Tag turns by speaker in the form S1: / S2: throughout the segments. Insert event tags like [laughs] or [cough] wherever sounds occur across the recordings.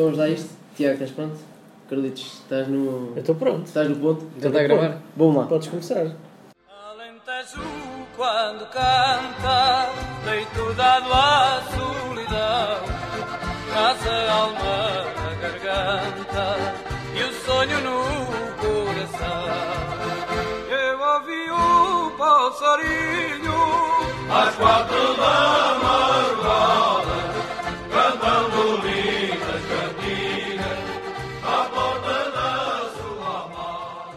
S1: Então Vamos lá a isto. Tiago, estás pronto? Carlitos, estás no.
S2: Eu estou pronto.
S1: Estás no ponto? Então,
S2: Já está a gravar?
S1: Vamos lá.
S2: Podes começar.
S3: Alentejo quando canta, deito dado à solidão, traz a alma na garganta e o sonho no coração. Eu ouvi o passarinho às quatro da madrugada, cantando lindas cantigas à porta da sua mão.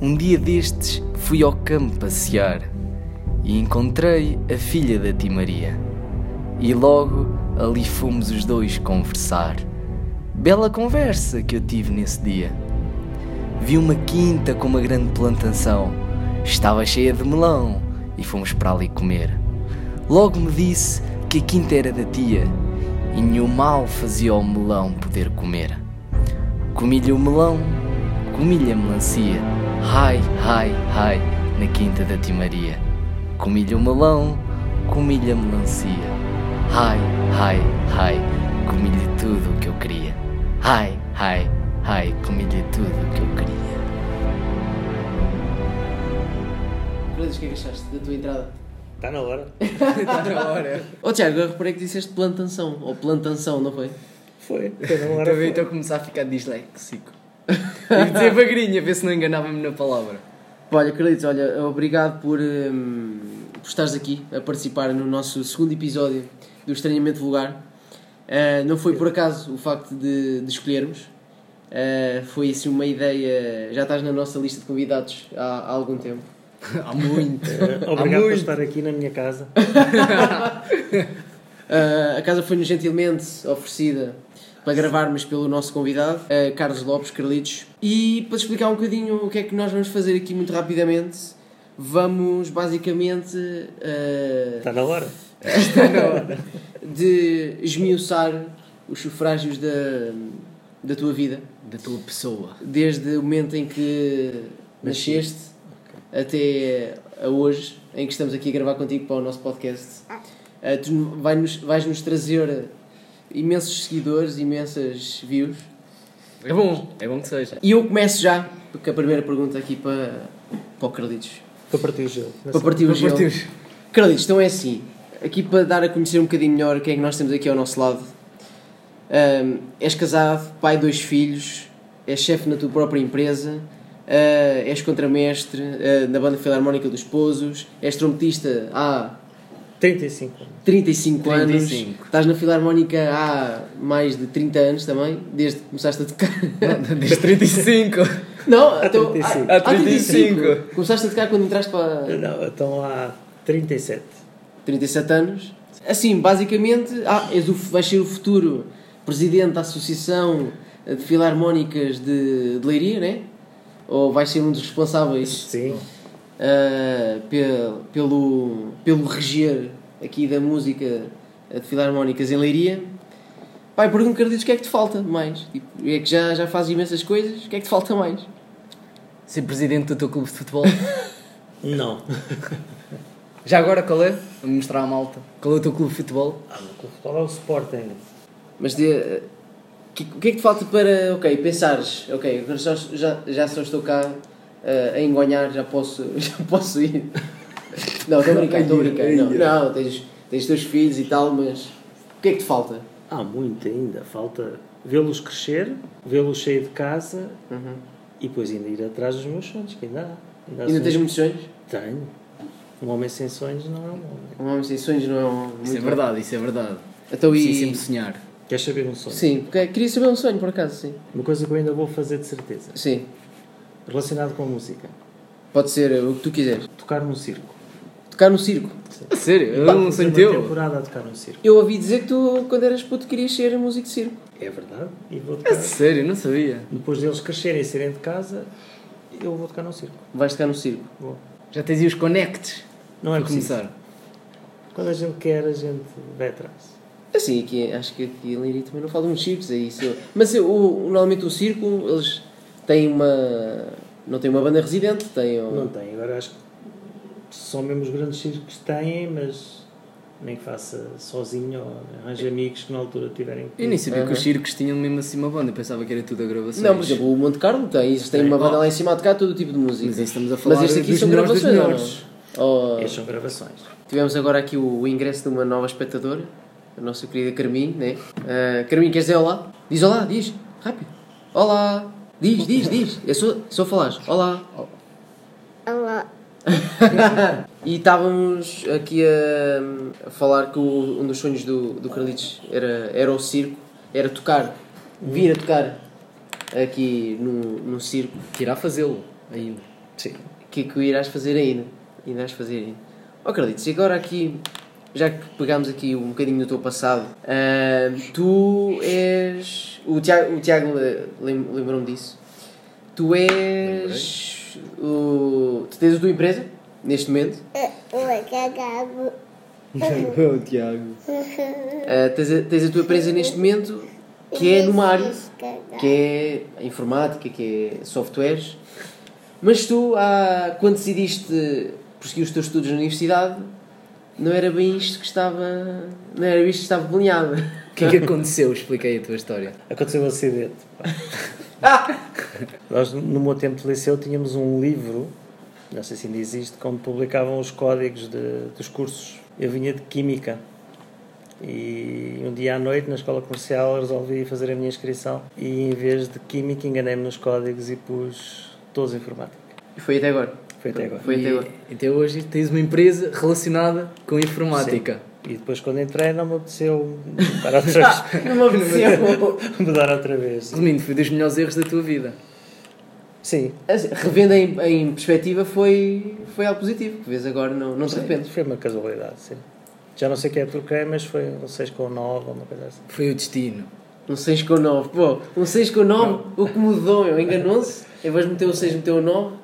S4: Um dia destes fui ao campo passear e encontrei a filha da Timaria. E logo ali fomos os dois conversar. Bela conversa que eu tive nesse dia. Vi uma quinta com uma grande plantação, estava cheia de melão e fomos para ali comer. Logo me disse que a quinta era da tia e nenhum mal fazia ao melão poder comer. Comi-lhe o melão, comi-lhe a melancia. Ai, ai, ai, na quinta da Timaria. Comi-lhe o melão, comi-lhe a melancia. Ai, ai, ai, comi-lhe tudo o que eu queria. Ai, ai, ai, comi-lhe tudo o que eu queria.
S1: Carlitos, o que é que achaste da tua entrada?
S2: Está Tá na hora.
S4: Está na hora.
S1: Oh, Tiago, eu reparei que disseste plantação. Ou plantação, não foi?
S2: Foi. Está na hora.
S4: Também
S2: foi.
S4: estou a começar a ficar disléxico. Tive de dizer bagrinha, ver se não enganava-me na palavra.
S1: Olha, Carlitos, olha, obrigado por, hum, por estares aqui a participar no nosso segundo episódio do Estranhamento Vulgar. Ah, não foi por acaso o facto de, de escolhermos, Ah, foi assim uma ideia. Já estás na nossa lista de convidados há, há algum tempo.
S4: Há muito.
S2: Eh,
S4: Há
S2: Obrigado por
S4: muito.
S2: estar aqui na minha casa.
S1: Ah, a casa foi-nos gentilmente oferecida para gravarmos pelo nosso convidado, ah, Carlos Lopes Carlitos. E para te explicar um bocadinho o que é que nós vamos fazer aqui muito rapidamente, vamos basicamente. ah,
S2: Está Tá na hora.
S1: [laughs] de esmiuçar os sufrágios da, da tua vida,
S4: Da tua pessoa.
S1: desde o momento em que nasceste até a hoje, em que estamos aqui a gravar contigo para o nosso podcast. Ah, tu vais-nos vais-nos trazer imensos seguidores, imensas views.
S4: É bom, é bom que seja.
S1: E eu começo já, porque a primeira pergunta aqui para, para o Carlitos.
S2: Para partir o gelo.
S1: Para partir o gelo. Carlitos, então é assim. Aqui para dar a conhecer um bocadinho melhor quem é que nós temos aqui ao nosso lado. Ahm, és casado, pai de dois filhos, és chefe na tua própria empresa, ah, és contramestre ah, na Banda Filarmónica dos Pousos, és trompetista há
S2: 35 anos.
S1: 35, anos,
S4: 35.
S1: estás na Filarmónica há mais de 30 anos também, desde que começaste a tocar. [laughs]
S4: Desde 35.
S1: Não, então,
S2: 35.
S1: há- há
S4: Há 35.
S1: Começaste a tocar quando entraste para.
S2: Não, então há 37.
S1: 37 anos. Assim, basicamente, ah, és o, vais ser o futuro presidente da Associação de Filarmónicas de, de Leiria, né? Ou vais ser um dos responsáveis
S2: Sim.
S1: ah, pe- pelo, pelo reger aqui da música de Filarmónicas em Leiria. Pai, pergunto, Carlitos, o que é que te falta mais? Tipo, é que já, já fazes imensas coisas, o que é que te falta mais?
S4: Ser presidente do teu clube de futebol.
S2: Não.
S4: Já agora qual é? Vou mostrar à malta. Qual é o teu clube de futebol?
S2: Ah, mas o futebol é o Sporting.
S1: Mas de, que- o que é que te falta para ok, pensares, ok, agora só- já, já só estou cá eh, a engonhar, já posso, [laughs] já posso ir. Não, estou a brincar, estou a brincar. Não, não tens, tens teus filhos e tal, mas o que é que te falta?
S2: Há muito ainda. Falta vê-los crescer, vê-los sair de casa
S1: Uhum.
S2: e depois ainda ir atrás dos meus sonhos, que ainda há. Ainda, há
S1: Ainda tens
S2: sonhos.
S1: muitos sonhos?
S2: Tenho. Um homem sem sonhos não é um homem.
S1: Um homem sem sonhos não é um. muito
S4: Isso é
S1: bom.
S4: verdade, isso é verdade.
S1: Então,
S4: Sim,
S1: e...
S4: sempre sonhar.
S2: Queres saber um sonho?
S1: Sim, porque queria saber um sonho por acaso, sim.
S2: Uma coisa que eu ainda vou fazer de certeza.
S1: Sim,
S2: Relacionado com a música.
S1: pode ser o que tu quiseres.
S2: Tocar num circo.
S1: Tocar no circo.
S4: A sério? Eu
S2: Pá,
S4: não
S2: fazer
S4: sonho
S2: uma
S4: teu?
S2: temporada a tocar num circo.
S1: Eu ouvi dizer que tu, quando eras puto, querias ser músico de circo.
S2: É verdade. E vou
S4: A
S2: tocar.
S4: sério, não sabia.
S2: Depois deles crescerem e saírem de casa, eu vou tocar num circo.
S1: Vais tocar no circo.
S2: Vou.
S4: Já tens aí os connects
S2: Não é
S4: para
S2: preciso.
S4: começar.
S2: Quando a gente quer, a gente vai atrás.
S1: Assim, aqui, acho que aqui em Leiria também não faltam uns circos, é isso. Mas o, o- normalmente o circo, eles têm uma. Não têm uma banda residente, têm. um-
S2: Não tem. Agora acho que só mesmo os grandes circos têm, mas nem que faça sozinho ou arranje amigos que na altura tiverem
S4: Eu nem sabia que os
S1: Aham.
S4: circos tinham mesmo assim uma banda, eu pensava que era tudo a gravação.
S1: Não, por exemplo, o Monte Carlo tem, isso tem
S2: Tem.
S1: uma banda lá em cima a tocar todo tipo de música.
S4: Oh. Mas aí estamos a falar
S1: Mas este aqui
S4: dos
S1: são
S4: melhores dos
S1: gravações, ou
S4: melhores.
S1: não? Ou-
S2: Estas É, são gravações.
S1: Tivemos agora aqui o ingresso de uma nova espectadora, a nossa querida Carminho, né? Ah, Carminho, queres dizer olá? Diz olá, diz,
S4: é?
S1: rápido. Olá! Diz, diz, diz. É só, só falares. Olá!
S5: Olá.
S1: [laughs] E estávamos aqui a, a falar que o- um dos sonhos do, do Carlitos era, era o circo, era tocar, vir a tocar aqui no, no circo.
S4: que irá fazê-lo [laughs] ainda.
S2: Sim.
S1: que, que o irás fazer ainda. Irás fazer ainda. Ó Carlitos, e agora aqui, já que pegámos aqui um bocadinho do teu passado, ah, tu és. O Tiago, o Tiago le- lem- lembrou-me disso. Tu és. O, tu tens a tua empresa, neste momento.
S5: Oi,
S1: é
S5: cagado.
S4: é o Tiago.
S1: Ah, tens, a, tens a tua empresa neste momento, que é numa área. que é a informática, que é softwares. Mas tu, há, quando decidiste prosseguir os teus estudos na universidade, não era bem isto que estava. Não era bem isto que estava planeado.
S4: O que é que aconteceu? Expliquei a tua história.
S2: Aconteceu um acidente. pá. Nós, no meu tempo de liceu, tínhamos um livro, não sei se ainda existe, onde publicavam os códigos de- dos cursos. Eu vinha de Química. E um dia à noite, na escola comercial, resolvi fazer a minha inscrição. E em vez de Química, enganei-me nos códigos e pus todos Informática.
S1: E foi até agora.
S2: Foi até agora.
S1: Foi até agora.
S4: E, até hoje tens uma empresa relacionada com a informática.
S2: E depois, quando entrei, não me apeteceu mudar outra vez.
S1: Não me apeteceu.
S2: mudar outra vez.
S4: Resumindo, foi dos melhores erros da tua vida.
S2: Sim,
S1: [laughs] Assim, Revendo em, em perspectiva, foi, foi algo positivo. Que vês agora, não, não te arrependes.
S2: Foi uma casualidade, sim. Já não sei quem é por quem, mas foi um 6 com 9, uma coisa assim.
S4: Foi o destino.
S1: Um 6 com 9. Pô, um 6 com 9, o que mudou, meu, enganou-se. Em vez de meter um 6, meteu um 9.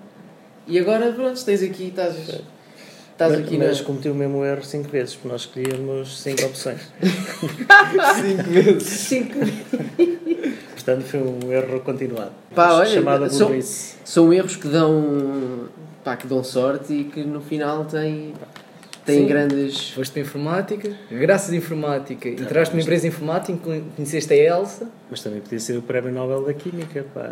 S1: E agora, pronto, tens aqui, estás. Estás
S2: mas,
S1: aqui
S2: mas
S1: na.
S2: cometi o mesmo erro 5 vezes, porque nós queríamos 5 opções.
S1: 5 vezes. 5
S2: Portanto, foi um erro continuado.
S1: Pá, olha,
S2: chamada
S1: são-
S2: burrice.
S1: São erros que dão, pá, que dão sorte e que no final têm, têm
S4: Sim.
S1: grandes.
S4: Foste para a informática, graças à informática, entraste numa empresa informática, conhe- conheceste a Elsa.
S2: Mas também podia ser o Prémio Nobel da Química, pá.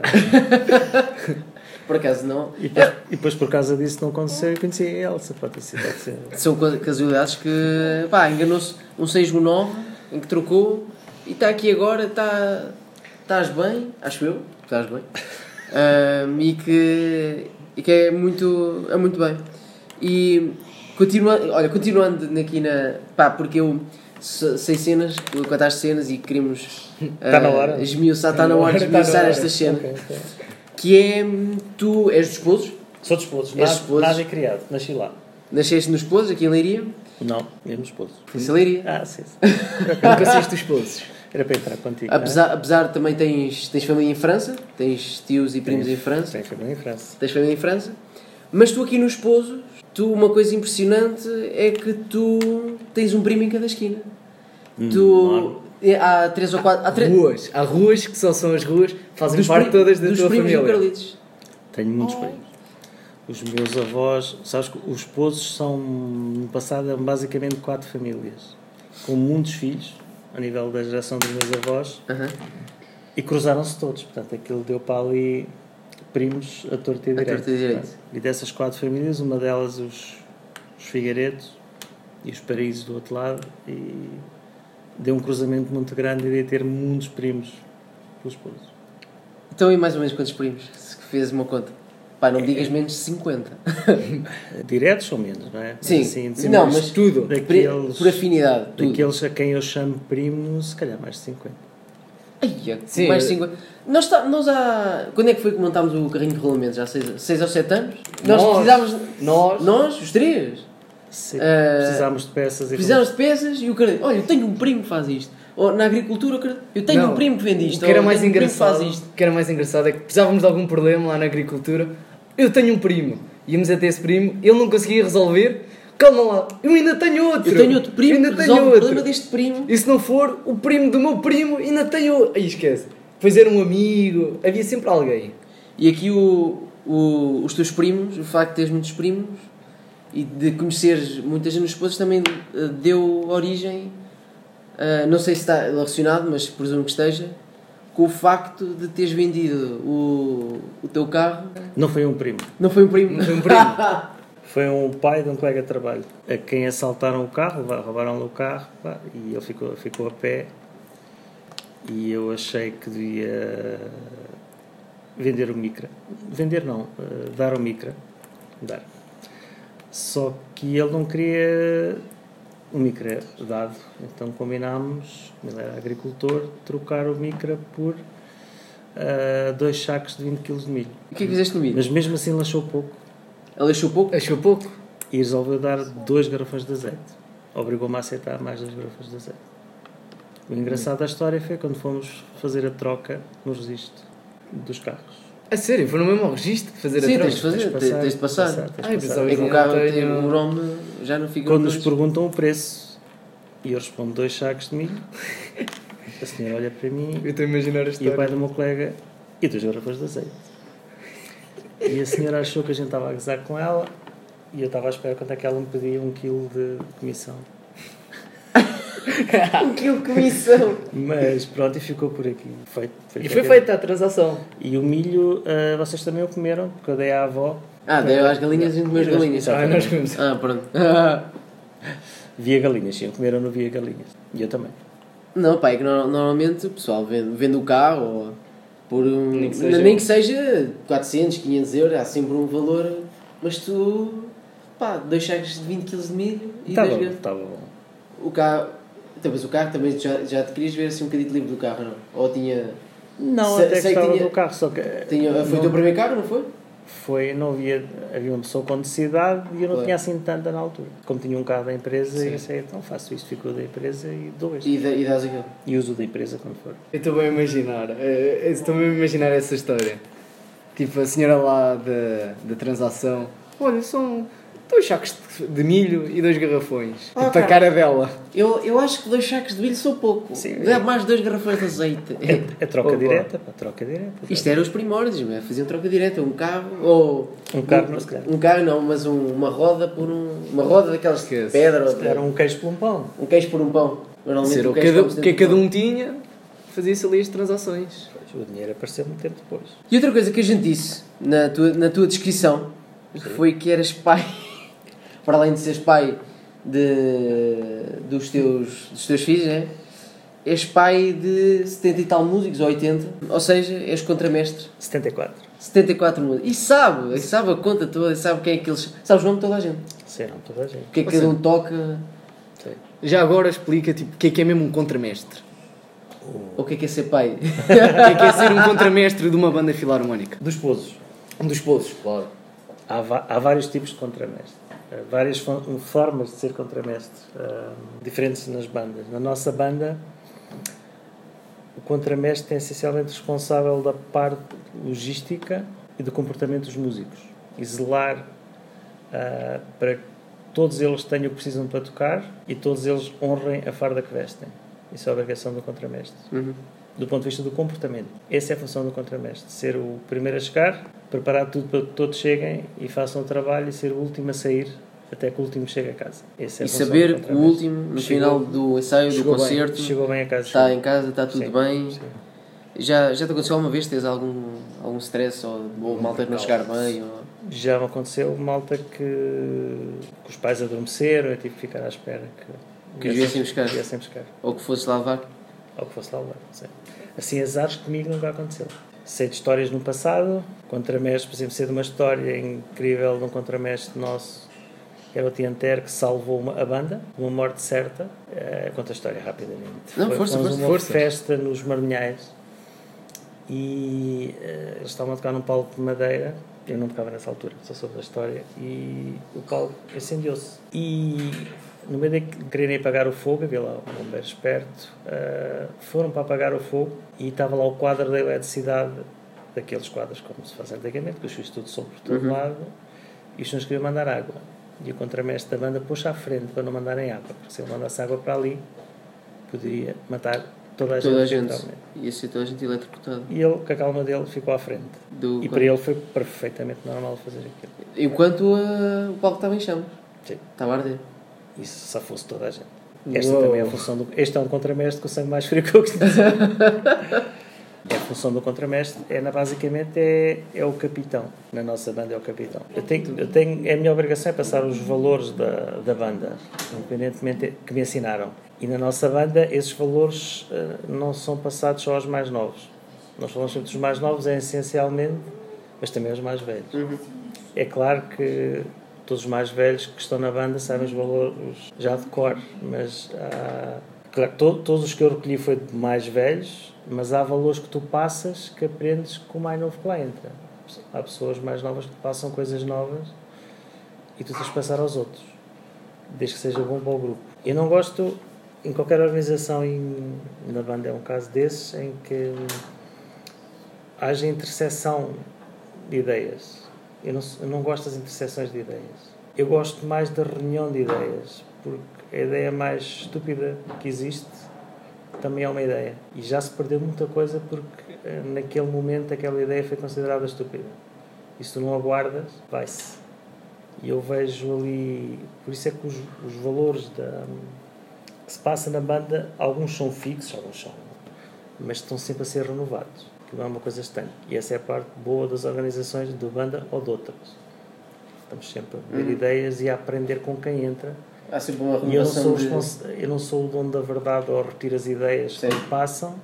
S1: Por acaso não.
S2: E depois,
S1: [laughs]
S2: e depois, por causa disso, não aconteceu. Eu conheci a Elsa, pá, ter sido. assim. pode ser.
S1: São co- casualidades que. pá, enganou-se um 6 um 9 em que trocou e está aqui agora, está. estás bem, acho eu, estás
S2: [laughs]
S1: bem. Ahm, e, que, e que é muito. é muito bem. E. Continua, olha, continuando aqui na. pá, porque eu. se- Sei cenas, tu contaste cenas e queremos.
S2: [laughs] Tá na
S1: ah,
S2: hora.
S1: Esmiuçar, está na hora de
S2: Tá na
S1: esmiuçar
S2: hora.
S1: esta cena.
S2: Ok, ok.
S1: Que é. hum, Tu és dos Esposos,
S2: Sou dos
S1: És
S2: Pousos, nada,
S1: dos Pousos?
S2: nada é criado, nasci lá.
S1: nasceste nos Esposos, aqui em Leiria.
S2: Não, mesmo dos Pousos.
S1: Em Leiria.
S2: Ah, sim, sim.
S4: Nunca saíste dos pulsos.
S2: Era para entrar contigo. não é?
S1: Apesar, apesar de também tens, tens família em França, tens tios e primos em França,
S2: é? Sim, foi bem em França.
S1: tens família em França, mas tu aqui nos Pousos, tu uma coisa impressionante é que tu tens um primo em cada esquina.
S4: Hum,
S1: tu é, há três ou quatro, há três
S4: Ruas. Há ruas que só são as ruas, fazem
S1: dos
S4: parte
S1: pri-
S4: todas da
S1: dos
S4: tua
S1: primos do
S4: família.
S1: Carlitos.
S2: Tenho
S1: Oh.
S2: muitos primos. Os meus avós, sabes que os esposos são, no passado, eram basicamente quatro famílias, com muitos filhos, a nível da geração dos meus avós,
S1: Aham.
S2: e cruzaram-se todos. Portanto, aquilo deu para ali primos a torta e
S1: A
S2: direito.
S1: torto e direito.
S2: Portanto, E dessas quatro famílias, uma delas os, os Figueiredo e os Paris do outro lado, e deu um cruzamento muito grande e devia ter muitos primos pelos esposos.
S1: Então e mais ou menos quantos primos? Se fez uma conta. Pá, não me
S4: É.
S1: digas menos de 50.
S2: Eh, Diretos ou menos, não é? Mas
S1: Sim,
S2: assim,
S1: não,
S2: mas
S1: mas
S4: Tudo.
S2: daqueles,
S1: Por afinidade, tudo.
S2: daqueles a quem eu chamo primo, se calhar mais de 50.
S1: Ai, é-
S4: Sim,
S1: mais
S4: eu-
S1: 50. Nós, tá, nós há. Quando é que foi que montámos o carrinho de rolamento? Já há 6 ou 7 anos? Nós,
S4: Nós.
S1: precisávamos.
S4: Nós.
S1: Nós, os três,
S2: Se
S1: Eh,
S2: precisámos de peças e
S1: precisámos de peças e o cara olha, eu tenho um primo que faz isto. Ou na agricultura, o cara, eu tenho
S4: Não,
S1: um primo que vende isto.
S4: O que era
S1: ou, eu
S4: mais
S1: tenho um primo que
S4: engraçado,
S1: faz isto.
S4: o que era mais engraçado é que precisávamos de algum problema lá na agricultura. Eu tenho um primo. Íamos até esse primo, ele não conseguia resolver. Calma lá, eu ainda tenho outro.
S1: Eu tenho outro primo,
S4: ainda
S1: que
S4: tenho
S1: resolve o
S4: outro.
S1: problema deste primo.
S4: E se não for, o primo do meu primo ainda tem outro. Aí esquece. Pois era um amigo, havia sempre alguém.
S1: E aqui o, o- os teus primos, o facto de teres muitos primos, e de conhecer muita gente nos podres também eh, deu origem, eh, não sei se está relacionado, mas presumo que esteja, com o facto de teres vendido o, o teu carro.
S2: Não foi um primo.
S1: Não foi um primo.
S4: Não foi
S1: [laughs]
S4: um primo.
S2: Foi um pai de um colega de trabalho a quem assaltaram o carro, vá, roubaram-lhe o carro vá, e ele ficou, ficou a pé. E eu achei que devia vender o micra. Vender não, eh, dar o micra. Dar. Só que ele não queria o micra dado. Então combinámos, ele era agricultor, trocar o micra por eh, dois sacos de 20 kg de milho.
S1: O que é que fizeste no vídeo?
S2: Mas mesmo assim lanchou pouco
S1: Ele achou pouco?
S4: Achou pouco?
S2: e resolveu dar duas garrafas de azeite. Obrigou-me a aceitar mais duas garrafas de azeite. O engraçado da história foi quando fomos fazer a troca no registro dos carros.
S4: A sério, foi no mesmo ao registro de fazer
S1: Sim,
S4: a
S1: tens
S4: troca.
S1: de fazer, tens, tens de passar.
S2: tens de
S4: Ai,
S2: passar.
S4: pessoal,
S1: É que
S4: eu
S1: o carro
S4: tenho-
S1: tem o nome, já não fica
S2: Quando
S1: nos
S2: nos perguntam o preço e eu respondo dois sacos de milho, a senhora olha para
S4: Eu
S2: mim
S4: estou a imaginar a
S2: e o
S4: história.
S2: pai do meu colega e duas garrafas de azeite. E a senhora achou que a gente estava a gozar com ela e eu estava à espera quanto é que ela me pedia um quilo de comissão.
S1: Que comissão!
S2: Mas pronto, e ficou por aqui. Feito,
S4: [laughs] E foi feita a transação.
S2: E o milho, ah, vocês também o comeram, porque eu dei à avó.
S1: Ah, dei às galinhas e não comeu as galinhas.
S4: Ah, nós comemos.
S1: Ah, pronto. Ah.
S2: Via galinhas, sim, comeram no via galinhas. E eu também.
S1: Não, pá, é que no- normalmente o pessoal vende, vende o carro ou por um. Nem
S4: Nem que
S1: que,
S4: seja-
S1: seja 400, 500 euros, há sempre um valor, mas tu. pá, dois sacos de 20 kg de milho e
S2: Estava
S1: dois
S2: Tá bom,
S1: grãos.
S2: estava bom.
S1: O carro. Então, mas o carro também já, já te querias ver assim um bocadinho livre do carro, não? Ou tinha.
S2: Não,
S1: Se-
S2: até
S1: sei que
S2: gostava
S1: tinha-
S2: do carro, só que. ah,
S1: tinha foi o
S2: não,
S1: teu primeiro carro, não foi?
S2: foi, não havia, havia uma pessoa com necessidade e eu não
S1: Claro.
S2: tinha assim tanta na altura. Como tinha um carro da empresa, eu sei, então faço isto, fico da empresa e dou este.
S1: E, da- e dás aquilo.
S2: E uso da empresa quando for.
S4: Eu estou bem a imaginar. eh, eu Estou bem a imaginar essa história. Tipo, a senhora lá da, da transação. Olha, são dois sacos de, de milho e dois garrafões.
S1: Ah,
S4: tipo, a
S1: cara.
S4: cara dela.
S1: Eu, eu acho que dois sacos de milho são pouco.
S2: Sim.
S1: Dá mais dois garrafões de azeite.
S2: [laughs] É troca
S4: Opa.
S2: direta, pá, troca direta.
S1: Isto era os primórdios, meu, faziam troca direta, um carro ou.
S2: Um carro, não se calhar.
S1: Um carro não, mas um- uma roda por um. Uma roda daquelas de
S4: Esquece.
S1: pedra ou de-
S2: Era um queijo plumpão.
S1: um queijo por um pão. Normalmente
S4: Ser
S1: um
S4: o
S1: queijo
S4: cada,
S1: come-se
S4: que
S1: dentro
S4: cada
S1: do
S4: um tinha, fazia-se ali as transações.
S2: O dinheiro apareceu muito tempo depois.
S4: um-
S1: pão. E outra coisa que a gente disse na tua, na tua descrição foi que eras pai. [laughs] para além de seres pai de, dos, teus, dos teus filhos, né? És pai de 70 e tal músicos, ou 80, ou seja, és contramestre.
S2: 74.
S1: 74 músicos. E sabe, e sabe a conta toda, e sabe quem é que eles. Sabes o nome de toda a gente.
S2: Serão toda a gente.
S1: O que é que cada um toca,
S2: Sim.
S4: Já agora explica tipo, o que é que é mesmo um contramestre.
S1: ou o que é que é ser pai. [laughs]
S4: O que é que é ser um contramestre de uma banda filarmónica.
S2: Dos pousos.
S4: Um dos pousos, claro.
S2: Há, va- há vários tipos de contramestre. Há Várias fo- um, formas de ser contramestre. hum, diferentes nas bandas. Na nossa banda, o contramestre é essencialmente responsável da parte logística e do comportamento dos músicos. E zelar ah, para que todos eles tenham o que precisam para tocar e todos eles honrem a farda que vestem. Isso é a obrigação do contramestre.
S1: Uhum.
S2: do ponto de vista do comportamento. Essa é a função do contramestre, ser o primeiro a chegar, preparar tudo para que todos cheguem e façam o trabalho e ser o último a sair até que o último chegue a casa. Essa é a
S1: E
S2: função do
S1: saber que o
S2: contramestre.
S1: último, no
S2: Chegou-
S1: final do ensaio, do
S2: chegou bem,
S1: concerto,
S2: chegou bem a casa.
S1: está em casa, está tudo
S2: Sim,
S1: bem.
S2: sim.
S1: Já, já te aconteceu alguma vez? Tens algum, algum stress ou, ou malta não chegar bem? Ou...
S2: Já me aconteceu malta que, que os pais adormeceram, eu tive que ficar à espera que,
S1: Que os viessem buscar.
S2: viessem buscar.
S1: ou que fosse lá levar?
S2: Ou que fosse lá levar, não sei. Assim, azares comigo nunca aconteceu. Sei de histórias no passado, contramestre, por exemplo, sei de uma história incrível de um contramestre nosso, que era o Tianter, que salvou uma- a banda de uma morte certa. Eh, conta a história rapidamente.
S1: Não, força,
S2: fomos
S1: força,
S2: a uma
S4: força.
S2: festa nos Marmelhais e eh, eles estavam a tocar num palco de madeira. Eu não tocava nessa altura, só soube da história. E o palco incendiou-se. E no meio de quererem apagar o fogo, havia lá um bombeiro esperto, eh, foram para apagar o fogo e estava lá o quadro da eletricidade, daqueles quadros como se faz antigamente, com os fios tudo sobre todo
S1: Uhum.
S2: lado, e os senhores queriam mandar água. E o contramestre da banda puxa à frente para não mandarem água, porque se ele mandasse água para ali, poderia matar toda a gente.
S1: Toda a gente.
S2: eventualmente.
S1: Ia ser toda a gente eletrocutada.
S2: E ele, com a calma dele, ficou à frente.
S1: Do...
S2: E para ele foi perfeitamente normal fazer aquilo.
S1: Enquanto ah, eh, o palco estava em chamas.
S2: Sim.
S1: Estava a arder.
S2: Isso se fosse toda a gente. Esta
S4: Uou.
S2: também é a função do. Este é um contramestre com sangue mais frio que eu costumo dizer. A função do contramestre é, na- basicamente, é, é o capitão. Na nossa banda é o capitão. Eu tenho, eu tenho, a minha obrigação é passar os valores da, da banda, independentemente de- que me ensinaram. E na nossa banda, esses valores eh, não são passados só aos mais novos. Nós falamos sempre dos mais novos, é essencialmente, mas também aos mais velhos. É claro que todos os mais velhos que estão na banda sabem os valores já de cor, mas há... claro, to- todos os que eu recolhi foi de mais velhos, mas há valores que tu passas que aprendes com o mais novo que lá entra. Há pessoas mais novas que passam coisas novas e tu tens de passar aos outros, desde que seja bom para o grupo. Eu não gosto, em qualquer organização, em, na banda é um caso desses, em que haja interseção de ideias. Eu não, eu não gosto das interseções de ideias. Eu gosto mais da reunião de ideias, porque a ideia mais estúpida que existe também é uma ideia. E já se perdeu muita coisa porque eh, naquele momento aquela ideia foi considerada estúpida. E se tu não aguardas, vai-se. E eu vejo ali. Por isso é que os, os valores da, que se passa na banda, alguns são fixos, alguns são mas estão sempre a ser renovados, que não é uma coisa estanque. E essa é a parte boa das organizações de banda ou de outras. Estamos sempre a
S1: Hum.
S2: ver ideias e a aprender com quem entra.
S1: Há sempre uma
S2: E eu não, sou
S1: renovação
S2: o
S1: de...
S2: responsa- eu não sou o dono da verdade ou retiro as ideias
S1: Sim.
S2: que passam,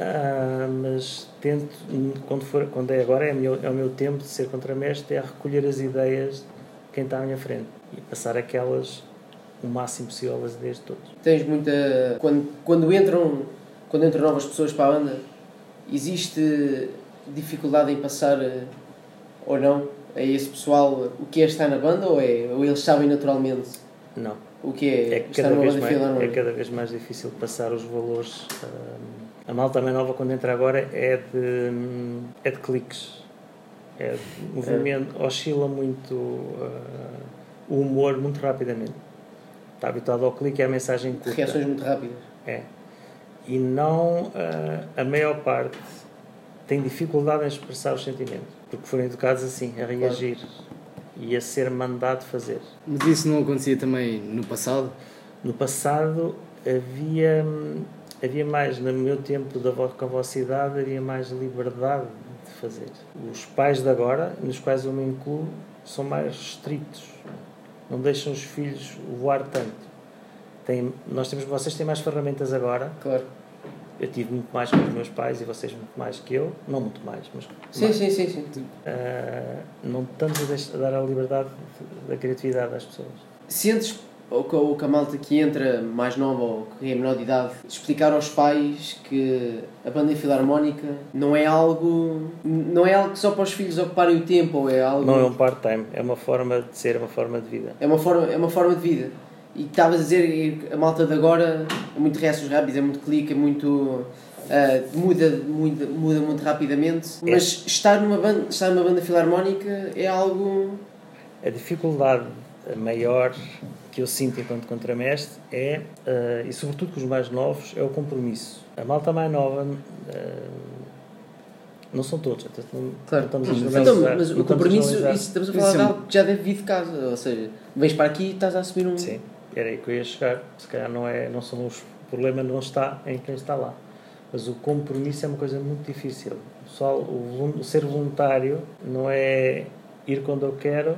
S2: ah, mas tento, quando, for, quando é agora, é, o meu- é o meu tempo de ser contramestre, é recolher as ideias de quem está à minha frente e passar aquelas o máximo possível as ideias de todos.
S1: Tens muita... Quando, quando, entram, quando entram novas pessoas para a banda, existe dificuldade em passar eh, ou não a esse pessoal o que é estar na banda ou, é, ou eles sabem naturalmente
S2: Não.
S1: o que é,
S2: é
S1: estar
S2: cada,
S1: numa
S2: vez
S1: banda
S2: mais, é
S1: filarmónica?
S2: cada vez mais difícil passar os valores. hum, a malta mais nova, quando entra agora, é de, hum, é de cliques. É de movimento,
S1: É.
S2: oscila muito uh, o humor muito rapidamente. Está habituado ao clique e à mensagem curta.
S1: Reações muito rápidas.
S2: É. E não ah, a maior parte tem dificuldade em expressar os sentimentos, porque foram educados assim, a reagir e a ser mandado fazer.
S4: Mas isso não acontecia também no passado?
S2: No passado havia, havia mais, no meu tempo da vo- com a vossa idade, havia mais liberdade de fazer. Os pais de agora, nos quais eu me incluo, são mais restritos. Não deixam os filhos voar tanto. Têm- nós temos, vocês têm mais ferramentas agora.
S1: Claro.
S2: Eu tive muito mais que os meus pais e vocês muito mais que eu. Não muito mais, mas
S1: Sim, sim, sim, sim.
S2: ah, não tanto deixa- dar a liberdade de- da criatividade às pessoas.
S1: Sentes ou que, ou que a malta que entra mais nova ou que é menor de idade explicar aos pais que a banda filarmónica não é algo não é algo que só para os filhos ocuparem o tempo ou é algo
S2: Não é um part-time, é uma forma de ser, é uma forma de vida.
S1: é uma forma é uma forma de vida e estavas a dizer que a malta de agora é muito reações rápidas é muito clique é muito ah, muda, muda muda muito rapidamente
S2: É.
S1: mas estar numa banda estar numa banda filarmónica é algo
S2: A dificuldade maior que eu sinto enquanto contramestre é, eh, e sobretudo com os mais novos, é o compromisso. A malta mais nova, eh, não são todos, portanto, não,
S1: Claro.
S2: não estamos a
S1: Então,
S2: generalizar,
S1: mas
S2: não
S1: o
S2: estamos a
S1: compromisso,
S2: generalizar.
S1: isso estamos a
S4: Isso
S1: falar de
S4: é
S1: algo que já deve vir de casa. Ou seja, vens para aqui e estás a assumir um.
S2: Sim, era aí que eu ia chegar. Se calhar não é, não são os, o problema não está em quem está lá. Mas o compromisso é uma coisa muito difícil. O, pessoal, o, volun- o ser voluntário não é ir quando eu quero,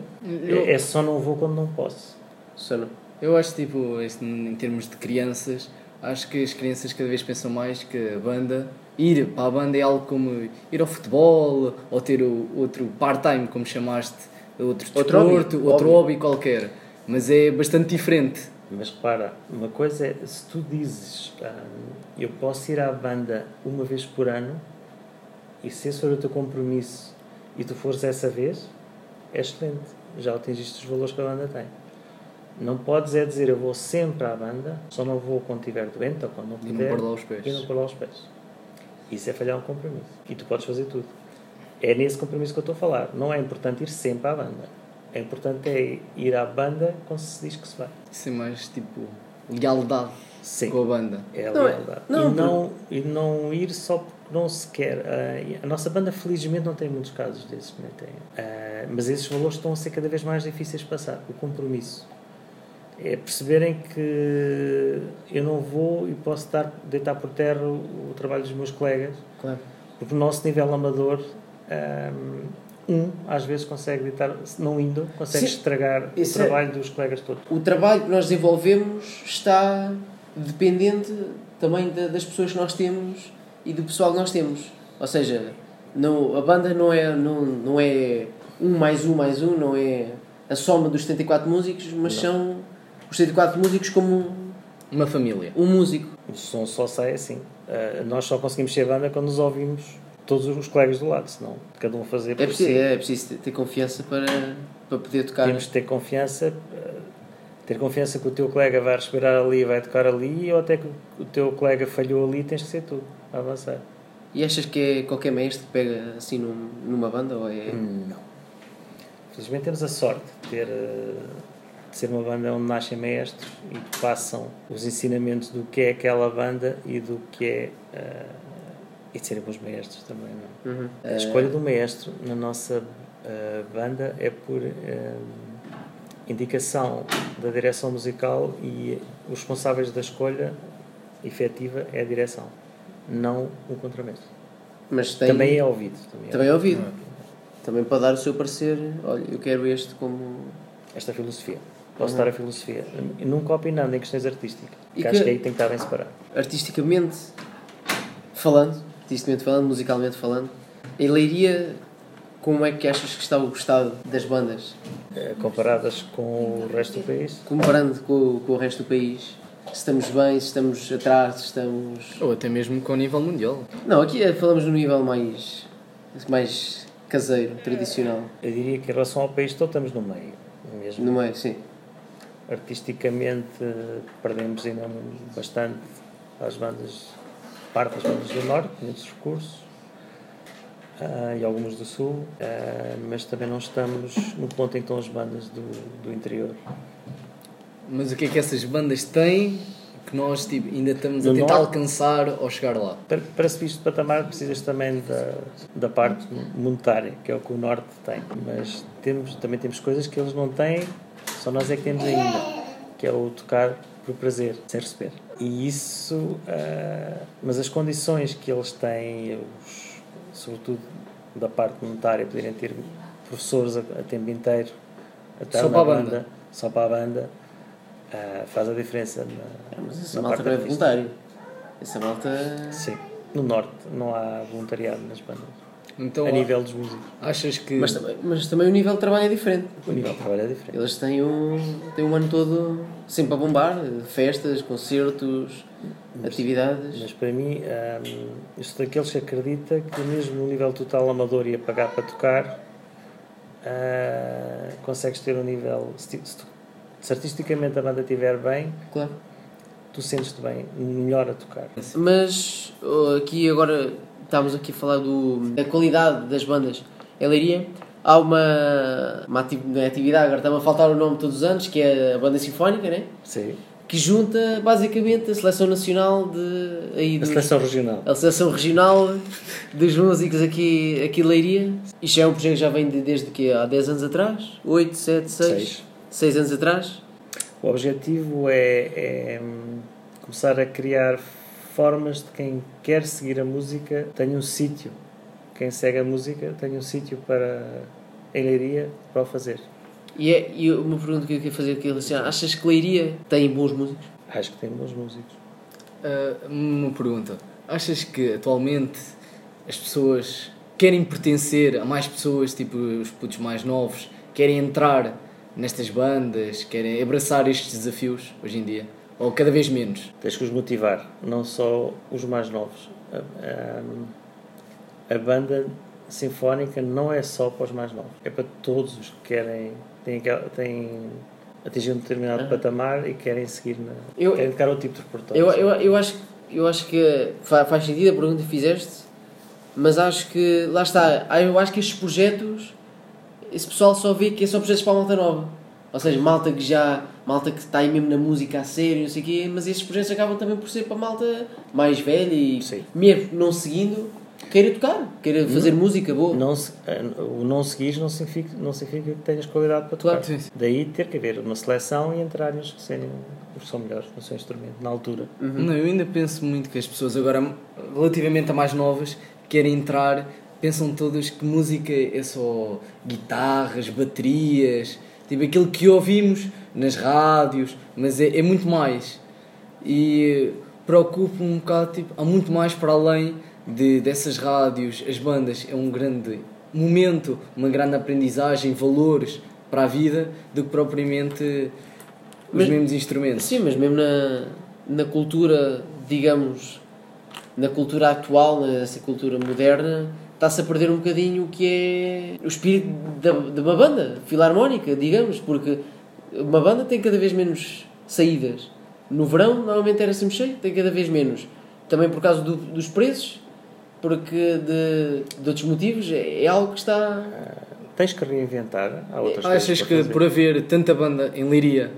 S2: é, é só não vou quando não posso.
S1: Sono.
S4: Eu acho, tipo, este, em termos de crianças, acho que as crianças cada vez pensam mais que a banda, ir para a banda é algo como ir ao futebol, ou ter o, outro part-time, como chamaste, outro
S1: Outro hobby.
S4: desporto, outro hobby qualquer. Mas é bastante diferente.
S2: Mas repara, uma coisa é se tu dizes ah, eu posso ir à banda uma vez por ano e se esse for o teu compromisso e tu fores essa vez, é excelente, já atingiste os valores que a banda tem. Não podes é dizer eu vou sempre à banda, só não vou quando estiver doente ou quando não
S4: E não
S2: puder
S4: pôr lá os pés.
S2: e É. não pôr lá os pés. Isso é falhar um compromisso e tu podes fazer tudo. É nesse compromisso que eu estou a falar. Não é importante ir sempre à banda. É importante é ir à banda quando se diz que se vai.
S4: Isso é mais, tipo, lealdade.
S2: Sim.
S4: com a banda.
S2: É a
S1: Não, é-
S2: lealdade.
S1: não,
S2: e, não, e não ir só porque não se quer. Ah, e a nossa banda, felizmente, não tem muitos casos desses. Não tem. Ah, mas esses valores estão a ser cada vez mais difíceis de passar. O compromisso. É perceberem que eu não vou e posso dar, deitar por terra o, o trabalho dos meus colegas,
S4: Claro.
S2: porque o nosso nível amador, ah, um, às vezes consegue deitar, se não indo, consegue
S1: Sim.
S2: estragar
S1: Isso
S2: o
S1: é-
S2: trabalho dos colegas todos.
S1: O trabalho que nós desenvolvemos está dependente também da- das pessoas que nós temos e do pessoal que nós temos. Ou seja, não, a banda não é, não, não é um mais um mais um, não é a soma dos 74 músicos, mas são os 74 músicos como um,
S4: Uma família.
S1: um músico.
S2: O som só sai assim. Ah, nós só conseguimos ser banda quando nos ouvimos todos os colegas do lado, senão cada um fazer por
S1: É preciso,
S2: si.
S1: é, preciso ter, ter confiança para, para poder tocar.
S2: Temos de ter confiança, ah, ter confiança que o teu colega vai respirar ali e vai tocar ali, ou até que o teu colega falhou ali, tens que ser tu a avançar.
S1: E achas que é qualquer maestro que pega assim num- numa banda? Ou é...
S2: Não. Felizmente temos a sorte de ter ah, de ser uma banda onde nascem maestros e que passam os ensinamentos do que é aquela banda e do que é ah, e de serem bons maestros também, não é?
S1: Uhum.
S2: A escolha do maestro na nossa eh, banda é por eh, indicação da direção musical e os responsáveis da escolha efetiva é a direção, não o contramestre.
S1: Mas tem,
S2: Também é ouvido. Também é
S1: também é ouvido. Também para dar o seu parecer, olha, eu quero este como.
S2: Esta filosofia. Posso dar a filosofia. Nunca opinando em questões artísticas.
S1: E
S2: Que acho
S1: que-
S2: que aí tem que estar bem separado.
S1: Artisticamente falando, artisticamente falando, musicalmente falando, em Leiria, como é que achas que está o gostado das bandas?
S2: Eh, Comparadas com o resto do país,
S1: Comparando com, o- com o resto do país, se estamos bem, se estamos atrás, se estamos.
S4: Ou até mesmo com o nível mundial.
S1: Não, aqui é- falamos no nível mais. mais caseiro, tradicional.
S2: eu diria que em relação ao país todo estamos no meio. Mesmo
S1: No meio, é? sim.
S2: artisticamente eh, perdemos ainda um- bastante às bandas parte das bandas do norte muitos recursos ah, e algumas do sul ah, mas também não estamos no ponto em que estão as bandas do, do interior
S4: Mas o que é que essas bandas têm que nós tipo, ainda estamos a
S2: No
S4: tentar
S2: norte?
S4: alcançar ou chegar lá?
S2: para, para subir de patamar precisas também da, da parte monetária que é o que o norte tem mas temos, também temos coisas que eles não têm só nós é que temos ainda que é o tocar por prazer sem receber e isso ah, mas as condições que eles têm os, sobretudo da parte monetária poderem ter professores a, a tempo inteiro a estar
S4: Só
S2: na
S4: para a banda.
S2: só para a banda ah, faz a diferença na,
S1: Mas essa
S2: na
S1: malta
S2: parte
S1: não é
S2: artística.
S1: voluntário. Essa malta.
S2: Sim, no norte não há voluntariado nas bandas.
S4: Então
S2: a nível dos músicos.
S4: achas que
S1: Mas, também- mas também o nível de trabalho é diferente.
S2: O nível de trabalho é diferente.
S1: Eles têm um, têm um ano todo sempre a bombar, festas, concertos, atividades.
S2: Mas para mim, hum, eu sou daqueles que acredita que mesmo no nível total amador e a pagar para tocar, ah, consegues ter um nível. Se, ti- se, tu- se artisticamente a banda estiver bem,
S1: Claro.
S2: tu sentes-te bem, melhor a tocar.
S1: Mas oh, aqui agora estamos aqui a falar do, da qualidade das bandas em Leiria. Há uma, uma ati- não é atividade, agora está-me a faltar o nome todos os anos, que é a Banda Sinfónica, né?
S2: Sim.
S1: que junta basicamente a seleção nacional de. Aí
S2: A
S1: dos-
S2: seleção regional.
S1: a seleção regional dos músicos aqui, aqui de Leiria. Isto é um projeto que já vem de- desde que há 10 anos atrás? 8, 7, 6?
S2: Seis.
S1: 6 anos atrás?
S2: O objetivo é, é, hum, começar a criar formas de quem quer seguir a música tenha um sítio. Quem segue a música tenha um sítio para em Leiria para o fazer.
S1: E, é, e uma pergunta que eu queria fazer aqui, Luciano, achas que Leiria tem bons músicos?
S2: Acho que tem bons músicos.
S4: ah, uma pergunta? Achas que atualmente as pessoas querem pertencer a mais pessoas, tipo os putos mais novos, querem entrar nestas bandas, querem abraçar estes desafios hoje em dia? Ou cada vez menos?
S2: Tens que os motivar, não só os mais novos. A, a- a banda sinfónica não é só para os mais novos, é para todos os que querem têm, aquela- têm atingir um determinado patamar e querem seguir na,
S1: Eu-
S2: querem tocar outro tipo de repertório.
S1: Eu, eu, eu, acho, eu acho que fa- faz sentido a pergunta que fizeste, mas acho que, lá está, eu acho que estes projetos, esse pessoal só vê que são projetos é para a malta nova. Ou seja, malta que já. Malta que está aí mesmo na música a sério, não sei o quê, mas esses projetos acabam também por ser para malta mais velha e
S2: Sim.
S1: mesmo não seguindo, queira tocar, queira fazer música boa.
S2: Não se- eh, o não seguires não significa, não significa que tenhas qualidade para
S1: Claro,
S2: tocar.
S1: sim, sim.
S2: Daí ter que haver uma seleção e entrar nos que serem os que são melhores no seu instrumento, na altura.
S4: Não, eu ainda penso muito que as pessoas agora, relativamente a mais novas, querem entrar, pensam todas que música é só guitarras, baterias, tipo aquilo que ouvimos nas rádios, mas é, é muito mais. E eh, preocupo-me um bocado, tipo, há muito mais para além de, dessas rádios, as bandas, é um grande momento, uma grande aprendizagem, valores para a vida, do que propriamente os
S1: Mas-
S4: mesmos instrumentos.
S1: Sim, mas mesmo na, na cultura, digamos, na cultura atual, nessa cultura moderna, está-se a perder um bocadinho o que é o espírito da, de uma banda filarmónica, digamos, porque uma banda tem cada vez menos saídas. No verão, normalmente era sempre cheio, tem cada vez menos. Também por causa do- dos preços, porque de, de outros motivos, é, é algo que está.
S2: Tens que reinventar. Há outras
S4: Achas
S2: coisas para
S4: que
S2: fazer.
S4: por haver tanta banda em Leiria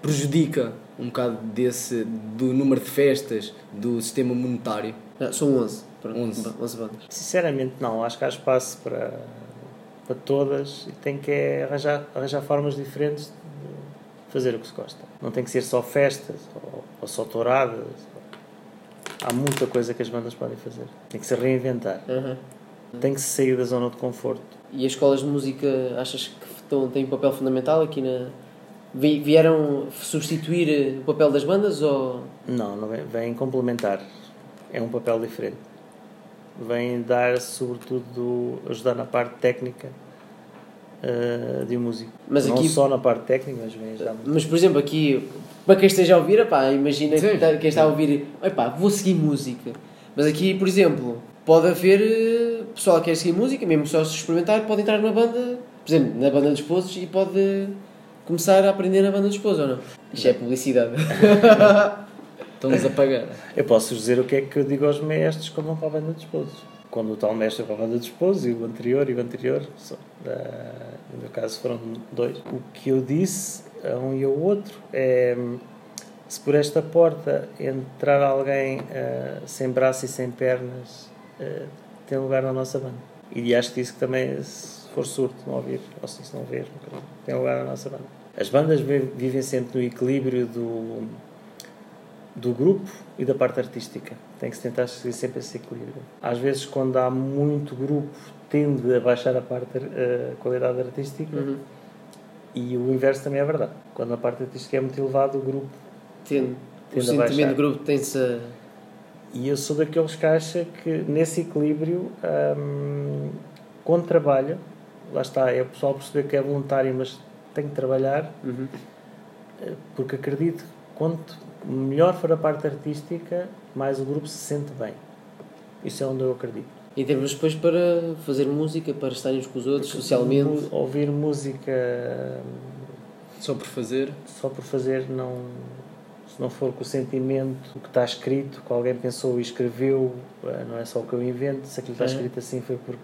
S4: prejudica um bocado desse do número de festas, do sistema monetário?
S1: Não, são 11. Pronto,
S4: 11.
S1: 11 bandas.
S2: Sinceramente, não. Acho que há espaço para, para todas e tem que é arranjar, arranjar formas diferentes de fazer o que se gosta. Não tem que ser só festas ou, ou só touradas. Há muita coisa que as bandas podem fazer. Tem que se reinventar.
S1: Aham.
S2: Tem que se sair da zona de conforto.
S1: E as escolas de música, achas que estão, têm um papel fundamental aqui na. vi- Vieram substituir eh, o papel das bandas ou.
S2: Não, não vem, vem complementar. É um papel diferente. Vem dar, sobretudo, ajudar na parte técnica eh, de um músico.
S1: Mas
S2: não
S1: aqui-
S2: só na parte técnica, mas vem ajudar muito.
S1: Mas, por exemplo, aqui, para quem esteja a ouvir, epá, imagina que
S4: Sim.
S1: está- quem está a ouvir, epá, vou seguir música. Mas aqui, por exemplo, pode haver eh, pessoal que quer seguir música, mesmo só se experimentar, pode entrar na banda, por exemplo, na banda dos esposos e pode começar a aprender na banda dos esposos ou não? Isto é publicidade. [laughs]
S4: Estão-nos a pagar.
S2: Eu posso vos dizer o que é que eu digo aos mestres quando vão para a banda de esposos. Quando o tal mestre vai para a banda de esposos e o anterior e o anterior, só, ah, no meu caso foram dois. O que eu disse a um e ao outro é: se por esta porta entrar alguém ah, sem braço e sem pernas, ah, tem lugar na nossa banda. E acho que disse que também, se for surdo, não ouvir, ou se não ver, tem lugar na nossa banda. As bandas vi- vivem sempre no equilíbrio do, do grupo e da parte artística. Tem que se tentar seguir sempre esse equilíbrio. Às vezes, quando há muito grupo, tende a baixar a parte eh, a qualidade artística e o inverso também é verdade. Quando a parte artística é muito elevada, o grupo.
S1: Tendo, o
S2: Tendo a
S1: sentimento
S2: baixar.
S1: do grupo tem-se a.
S2: E eu sou daqueles que acha que nesse equilíbrio, hum, quando trabalha, lá está, é o pessoal perceber que é voluntário, mas tem que trabalhar, eh, porque acredito que quanto melhor for a parte artística, mais o grupo se sente bem. Isso é onde eu acredito.
S1: E temos depois para fazer música, para estarem uns com os outros socialmente.
S2: Mu- Ouvir música hum,
S4: Só por fazer.
S2: só por fazer não se não for com o sentimento o que está escrito que alguém pensou e escreveu eh, não é só o que eu invento se aquilo está
S1: É.
S2: escrito assim foi porque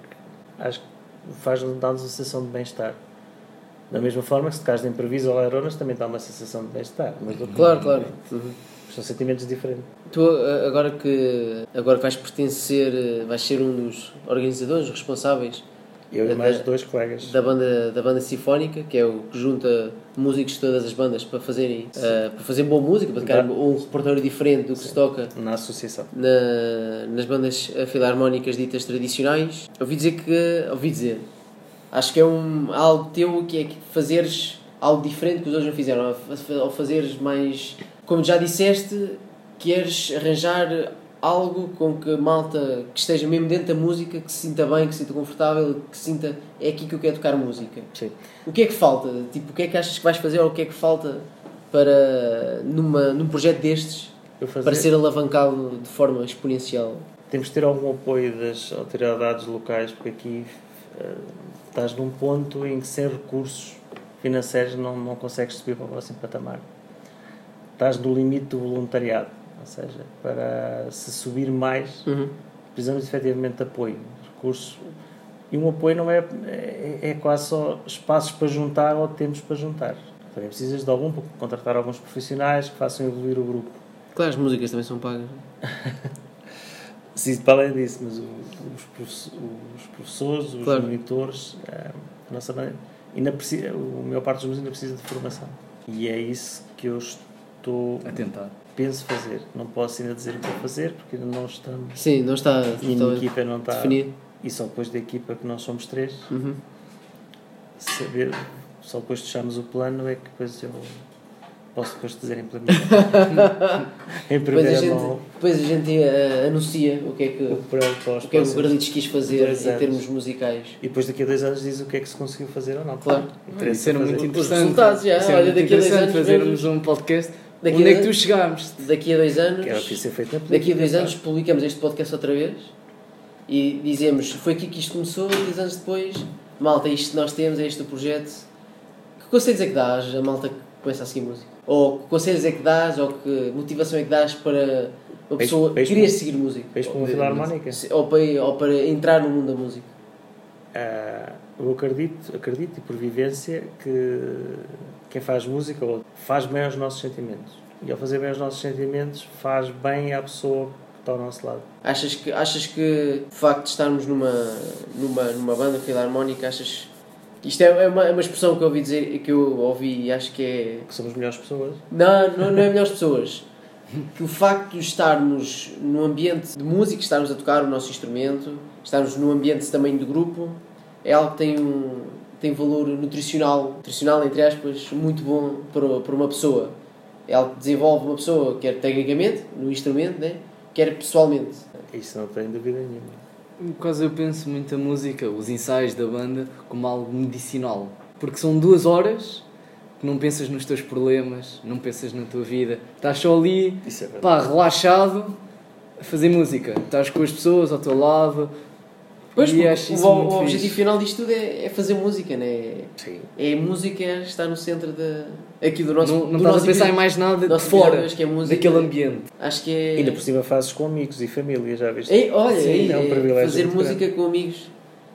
S2: acho que faz um dá-nos uma sensação de bem-estar da mesma forma que se tocares de improviso ou laronas também dá uma sensação de bem-estar mas do-
S1: Claro, claro.
S2: são sentimentos diferentes
S1: Tu a- agora que agora que vais pertencer, eh, vais ser um dos organizadores responsáveis
S2: eu
S1: Da-
S2: e mais
S1: da-
S2: dois colegas
S1: da banda da banda sinfónica, que é o que junta músicos de todas as bandas para fazerem eh, para fazer boa música, para tocar
S2: Tá.
S1: um repertório diferente do que se toca
S2: na associação
S1: na- nas bandas eh, filarmónicas ditas tradicionais. Ouvi dizer que. Ouvi dizer. Acho que é um, algo teu que é que fazeres algo diferente que os outros não fizeram. Ou, fa- ou fazeres mais. Como já disseste, queres arranjar algo com que a malta que esteja mesmo dentro da música, que se sinta bem, que se sinta confortável, que se sinta. É aqui que eu quero tocar música.
S2: Sim.
S1: O que é que falta? Tipo, o que é que achas que vais fazer ou o que é que falta para. Numa, num projeto destes?
S2: eu fazer
S1: para ser alavancado de forma exponencial.
S2: temos de ter algum apoio das autoridades locais, porque aqui eh, estás num ponto em que sem recursos financeiros não, não consegues subir para o próximo patamar. Estás no limite do voluntariado, ou seja, para se subir mais precisamos efetivamente de apoio, de recursos. E um apoio não é, é, é quase só espaços para juntar ou tempos para juntar. Porém, precisas de algum, contratar alguns profissionais que façam evoluir o grupo.
S1: Claro, as músicas também são pagas. não é?
S2: [laughs] Preciso para além disso, mas o- os, profe- os professores, os
S1: Claro.
S2: monitores, eh, a nossa banda, ainda precisa, o maior parte dos músicos ainda precisa de formação. E é isso que eu estou,
S4: a tentar.
S2: penso fazer. Não posso ainda dizer o que vou fazer, porque ainda não estamos.
S1: Sim, não está
S2: E a minha
S1: totalmente
S2: equipa não está.
S1: definido.
S2: E só depois da equipa que nós somos três,
S1: Uhum.
S2: saber, só depois de fecharmos o plano é que depois eu posso depois dizer em primeira,
S1: [laughs]
S2: em
S1: Depois a,
S2: primeira mão
S1: gente, depois a gente eh, anuncia o que é que,
S2: o
S1: o
S2: que para- para
S1: que,
S2: os
S1: é que o
S2: próximos.
S1: Granitos quis fazer
S2: Dois
S1: em
S2: anos.
S1: termos musicais.
S2: E depois daqui a dois anos diz o que é que se conseguiu fazer ou não.
S1: Claro.
S4: Isso era muito
S2: é
S1: Os
S4: interessante.
S1: resultados, já,
S4: Isso era
S1: olha,
S4: muito
S1: daqui a dois
S4: interessante
S1: anos
S4: fazermos um podcast.
S1: Daqui a
S4: onde é que
S1: dois-
S4: tu chegámos?
S1: Daqui a dois anos,
S2: Que é era o que ia ser feito na
S1: daqui a
S2: política.
S1: dois anos publicamos este podcast outra vez e dizemos foi aqui que isto começou, dois anos depois, malta, isto que nós temos, é este o projeto. Que conselhos é que dás a malta que começa a seguir música? Ou que conselhos é que dás, ou que motivação é que dás para uma
S2: Peixe-
S1: pessoa
S2: peixe
S1: querer
S2: com-
S1: seguir música?
S2: Fez para uma filarmónica.
S1: Se- Ou para, ou para entrar no mundo da música?
S2: Ah, eu acredito, acredito e por vivência que quem faz música ou faz bem aos nossos sentimentos. E ao fazer bem aos nossos sentimentos faz bem à pessoa que está ao nosso lado.
S1: Achas que, achas que o facto de estarmos numa, numa, numa banda filarmónica, achas. Isto é é uma, é uma expressão que eu ouvi dizer, que eu ouvi e acho que é.
S2: Que somos melhores pessoas.
S1: Não, não, não é melhores pessoas. Que o facto de estarmos num ambiente de música, estarmos a tocar o nosso instrumento, estarmos num ambiente também de grupo, é algo que tem um tem valor nutricional, nutricional entre aspas, muito bom para, para uma pessoa. É algo que desenvolve uma pessoa, quer tecnicamente, no instrumento, né? quer pessoalmente.
S2: Isso não tenho dúvida nenhuma.
S4: Quase eu penso muito a música, os ensaios da banda, como algo medicinal. Porque são duas horas que não pensas nos teus problemas, não pensas na tua vida. Estás só ali,
S2: Isso é verdade.
S4: pá, relaxado, a fazer música. Estás com as pessoas ao teu lado.
S1: Pois,
S4: e
S1: porque
S4: acho isso
S1: o,
S4: muito
S1: o
S4: fixe.
S1: objetivo final disto tudo é, é fazer música, né?
S2: Sim.
S1: É a música está no centro da, aqui do nosso
S4: não não
S1: do
S4: estás
S1: nosso
S4: a pensar em
S1: episódio.
S4: mais nada de
S1: nosso
S4: fora
S1: episódio, acho que é música.
S4: daquele ambiente.
S1: Acho que é.
S2: Ainda por cima fazes com amigos e família, já viste?
S1: Ei, olha,
S2: Sim,
S1: ei,
S2: é um
S1: ei,
S2: privilégio
S1: fazer
S2: muito
S1: música com amigos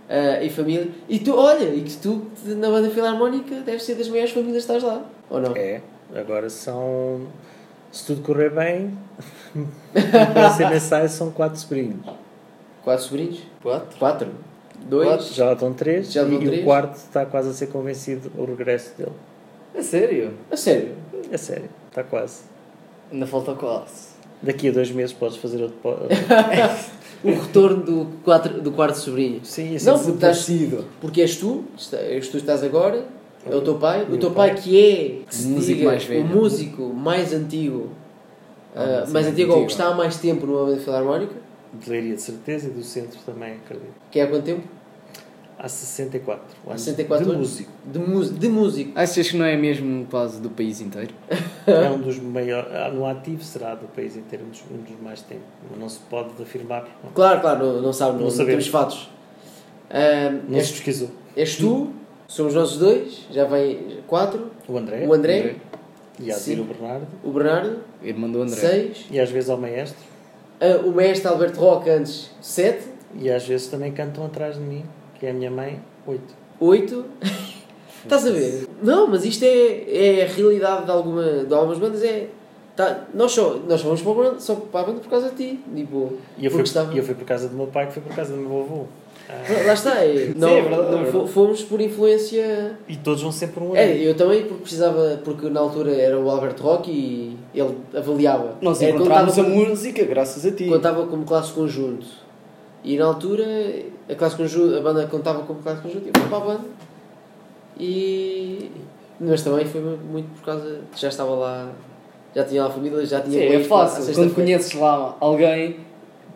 S1: ah, e família. E tu, olha, e que tu na banda filarmónica deves ser das maiores famílias que estás lá, ou não?
S2: É, agora são. Se tudo correr bem, [laughs] no próximo ensaio são quatro sobrinhos.
S1: Quatro sobrinhos?
S4: Quatro?
S1: Quatro? Dois?
S2: Já lá estão três
S1: Já
S2: e
S1: vão três?
S2: o quarto está quase a ser convencido o regresso dele.
S4: É sério?
S1: A sério?
S2: É sério, está quase.
S4: Ainda falta quase.
S2: Daqui a dois meses podes fazer outro.
S1: [laughs]
S2: po-
S1: O retorno do, quatro, do quarto sobrinho.
S2: Sim, assim,
S1: Não,
S2: se-
S1: porque, estás, porque és tu, está- és tu estás agora, é o teu pai, o teu pai que é que se
S4: Músico
S1: diga,
S4: mais velho.
S1: o músico mais antigo, ah,
S4: sim,
S1: mais antigo ou que
S4: antigo.
S1: está há mais tempo numa banda filarmónica,
S2: de Leiria de certeza e do centro também, acredito.
S1: que é há quanto tempo?
S2: Há 64 anos.
S1: 64
S2: de
S1: anos? [laughs]
S2: músico.
S1: De, mus- de músico.
S4: Achas que não é mesmo quase do país inteiro?
S2: É um dos maiores. ah, No ativo será do país em termos um dos mais tempo. Mas não se pode afirmar porque não,
S1: Claro, claro, não, não sabe, não,
S2: Não
S1: não
S2: sabemos.
S1: temos fatos. Ah,
S2: não se
S1: és,
S2: pesquisou.
S1: és tu, somos nós os dois, já vem quatro,
S2: O É? André,
S1: o André,
S2: e a
S1: sim.
S2: Azir o Bernardo,
S1: o Bernardo,
S4: Irmão do André.
S1: seis,
S2: e às vezes ao maestro,
S1: ah, o mestre Alberto Roca antes, sete,
S2: e às vezes também cantam atrás de mim, que é a minha mãe, oito.
S1: 8. [laughs] Estás a ver? Não, mas isto é, é a realidade de, alguma, de algumas bandas. É, tá, nós, só, nós só vamos para a, banda, só para a banda por causa de ti. Tipo,
S2: E eu fui,
S1: porque estava-
S2: e eu fui por casa do meu pai, que foi por casa do meu avô. Ah,
S1: Lá está,
S2: [laughs]
S1: é, não,
S2: é verdade,
S1: não
S2: é
S1: fo- fomos por influência.
S2: e todos vão sempre um ano.
S1: É, eu também, porque precisava, porque na altura era o Albert Rock e ele avaliava.
S4: Nós
S1: Era É, quando
S4: encontramos a
S1: estava-
S4: música graças a ti.
S1: contava como classe conjunto. E na altura a classe conjunto, a banda contava como classe conjunto e eu fui para a banda. E mas também foi muito por causa já estava lá, já tinha lá a família, já tinha
S4: Sim, é
S1: amigos, à
S4: fácil.
S1: sexta-feira.
S4: Quando conheces lá alguém,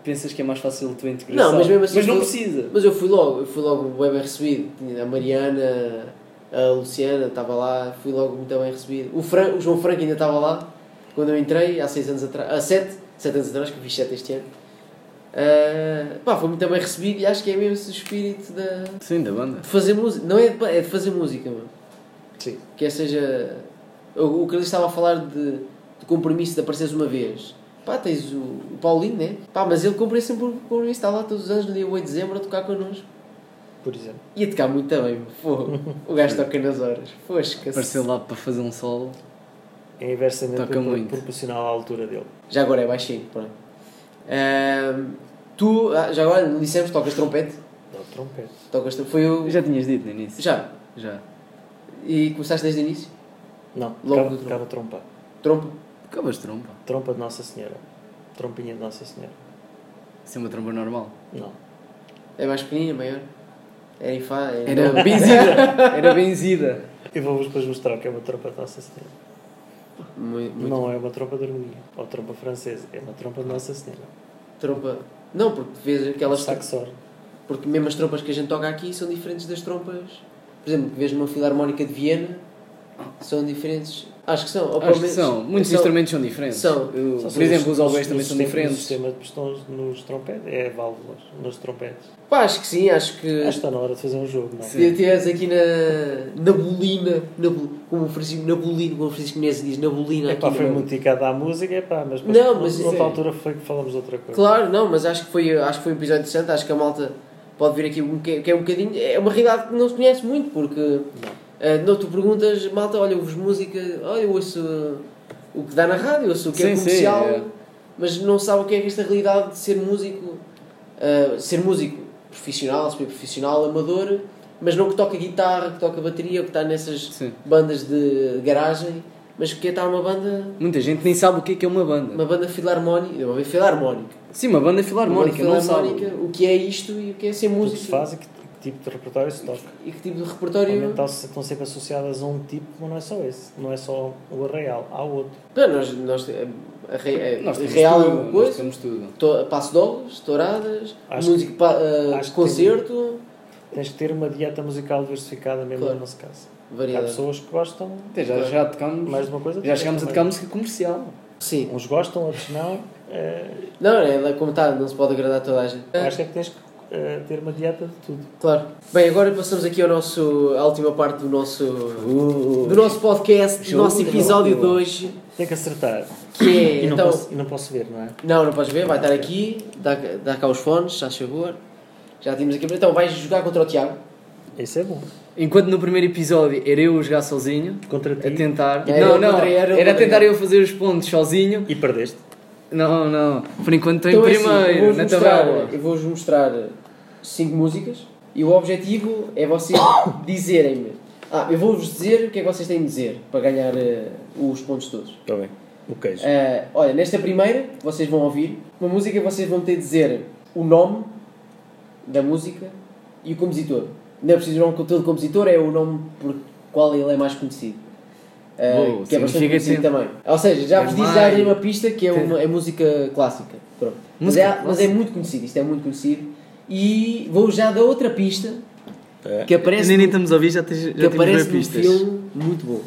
S4: pensas que é mais fácil a tua integração.
S1: Não, mas mesmo assim
S4: não
S1: foi-
S4: precisa.
S1: Mas eu fui logo, eu fui logo bem, bem recebido. Tinha A Mariana, a Luciana estava lá, fui logo muito bem recebido. O, Fran, o João Franco ainda estava lá quando eu entrei, há seis anos atrás, há 7, sete anos atrás, que eu fiz 7 este ano. Ah, pá, foi muito bem recebido e acho que é mesmo esse o espírito da,
S4: Sim, da banda.
S1: de fazer música. Não é de, pa- é de fazer música, mano.
S2: Sim.
S1: Quer seja. O, o Carlos estava a falar de, de compromisso de apareceres uma vez. Pá, tens o, tá o Paulinho, né? Pá, mas ele cumpre sempre o compromisso, está lá todos os anos, no dia 8 de dezembro, a tocar connosco.
S2: por exemplo.
S1: Ia tocar muito bem, fogo. O gajo toca nas horas. Fosca-se.
S4: Apareceu lá para fazer um solo.
S2: É inversamente
S4: Toca
S2: propor-
S4: muito.
S2: proporcional à altura dele.
S1: Já agora é baixinho, pronto. Ahm, tu, ah, já agora, dissemos, tocas trompete.
S2: Dá o trompete.
S1: Tocas tro- Foi o.
S4: Já tinhas dito no início?
S1: Já.
S4: Já.
S1: E começaste desde o início?
S2: Não,
S1: Logo
S2: cava,
S1: do trompa.
S2: cava trompa.
S1: Trompa?
S4: Acabas de trompa.
S2: Trompa de Nossa Senhora. Trompinha de Nossa Senhora.
S4: Isso é uma trompa normal.
S2: Não.
S1: É mais pequenina, maior? Era em Fá? é-
S4: Era benzida. Era benzida.
S2: Eu vou-vos depois mostrar o que é uma trompa de Nossa Senhora.
S1: Mu- muito.
S2: Não é uma trompa de harmonia ou trompa francesa, é uma trompa de Nossa Senhora.
S1: Trompa. Não, porque vês
S2: Ela
S1: aquelas.
S2: está que sorte.
S1: Porque mesmo as trompas que a gente toca aqui são diferentes das trompas. Por exemplo, que vês numa filarmónica de Viena, são diferentes. Acho que são. [laughs] Ou pelo
S4: Acho que
S1: menos-
S4: são. Muitos instrumentos são diferentes.
S1: são.
S4: Eu-
S2: Só
S4: por
S2: são
S4: exemplo, os oboés
S2: no
S4: também são
S2: sistema-
S4: diferentes.
S2: O sistema de pistões nos trompetes é válvulas, nos trompetes.
S1: Pá, acho que sim, acho que.
S2: Acho que está na hora de fazer um jogo, não?
S1: Se estivesse aqui na, na bolina, na, bo- como o Francisco, na bolina, como o Francisco Menezes diz, na bolina
S2: É
S1: aqui
S2: pá,
S1: no-
S2: foi muito dedicado à música, é pá, mas
S1: Não, mas isso
S2: noutra
S1: é-
S2: altura foi que falamos outra coisa.
S1: Claro, não, mas acho que foi, acho que foi um episódio interessante, acho que a malta pode vir aqui um boca- que é um bocadinho, é uma realidade que não se conhece muito, porque eh, não, tu perguntas, malta, olha, ouves música, olha, eu ouço eh, o que dá na rádio, ouço o que é
S4: Sim, sim,
S1: comercial,
S4: é.
S1: mas não sabe o que é que esta realidade de ser músico, eh, ser músico profissional, semi-profissional, amador, mas não que toca guitarra, que toca bateria, ou que está nessas
S4: Sim.
S1: bandas de garagem, mas que é estar numa banda,
S4: Muita gente nem sabe o que é que é uma banda.
S1: uma banda filarmónica, uma banda filarmónica.
S4: Sim, uma banda é
S1: Uma
S4: filarmónica, não
S1: filarmónica,
S4: sabe.
S1: o que é isto e o que é ser
S2: O que se
S1: músico
S2: faz e que, que tipo de repertório se toca.
S1: e que tipo de
S2: Normalmente
S1: repertório.
S2: estão- estão sempre associadas a um tipo, mas não é só esse. Não é só o arraial, há outro.
S1: Pá, nós, nós, é, a, re- a-
S4: Nós temos
S1: real é
S4: tudo,
S1: uma
S4: Nós
S1: coisa,
S4: temos tudo.
S1: to- passo de ovos, touradas,
S2: Acho
S1: música,
S2: que-
S1: pa- ah,
S2: acho que
S1: concerto,
S2: Tens que ter uma dieta musical diversificada, mesmo
S1: Claro.
S2: no nosso caso. Há
S1: variedade.
S2: pessoas que gostam
S4: Até já, já tocámos.
S2: mais de uma coisa.
S4: já chegámos a tocar um música comercial.
S1: Sim,
S2: Uns gostam, outros não. Eh,
S1: não, é como está, não se pode agradar toda a gente. Ah,
S2: acho que é que tens que eh, ter uma dieta de tudo.
S1: Claro. Bem, agora passamos aqui ao nosso, à última parte do nosso,
S2: Uh.
S1: do nosso podcast, do nosso episódio de hoje,
S2: Tem que acertar.
S1: que é.
S2: E não,
S1: então,
S2: posso, e não posso ver, não é?
S1: Não, não podes ver, vai estar aqui, dá, dá cá os fones, se faz favor. Já temos aqui. Então, vais jogar contra o Tiago.
S2: Isso é bom.
S4: Enquanto no primeiro episódio era eu a jogar sozinho,
S2: Contra ti.
S4: a tentar.
S1: Era
S4: não,
S1: eu
S4: não,
S1: contra- era
S4: era,
S1: eu
S4: a
S1: contra
S4: tentar
S1: ele.
S4: eu fazer os pontos sozinho.
S2: E perdeste.
S4: Não, não. Por enquanto estou
S1: Então, é
S4: em
S1: assim,
S4: primeiro,
S1: eu vou-vos
S4: na
S1: mostrar-
S4: tabela.
S1: Eu vou-vos mostrar cinco músicas e o objetivo é vocês [coughs] dizerem-me. Ah, eu vou-vos dizer o que é que vocês têm de dizer para ganhar eh, os pontos todos.
S2: Está bem. O queijo.
S1: Ah, olha, nesta primeira vocês vão ouvir uma música que vocês vão ter de dizer o nome da música e o compositor. Não é preciso o nome todo do compositor, é o nome por qual ele é mais conhecido. Ah,
S4: Uou,
S1: que é bastante
S4: significa
S1: conhecido
S4: ter-
S1: também. Ou seja, já
S4: Tem É
S1: vos disse, já
S4: mais.
S1: dei uma pista que é, uma, é música clássica. Pronto. Mas,
S4: Música
S1: é, mas é muito conhecido, isto é muito conhecido. E vou já dar outra pista
S2: É
S1: que aparece,
S4: Nem, nem
S1: no-
S4: estamos a ouvir, já, tens, já
S1: que
S4: temos
S1: aparece
S4: bem
S1: num
S4: pistas.
S1: filme muito bom.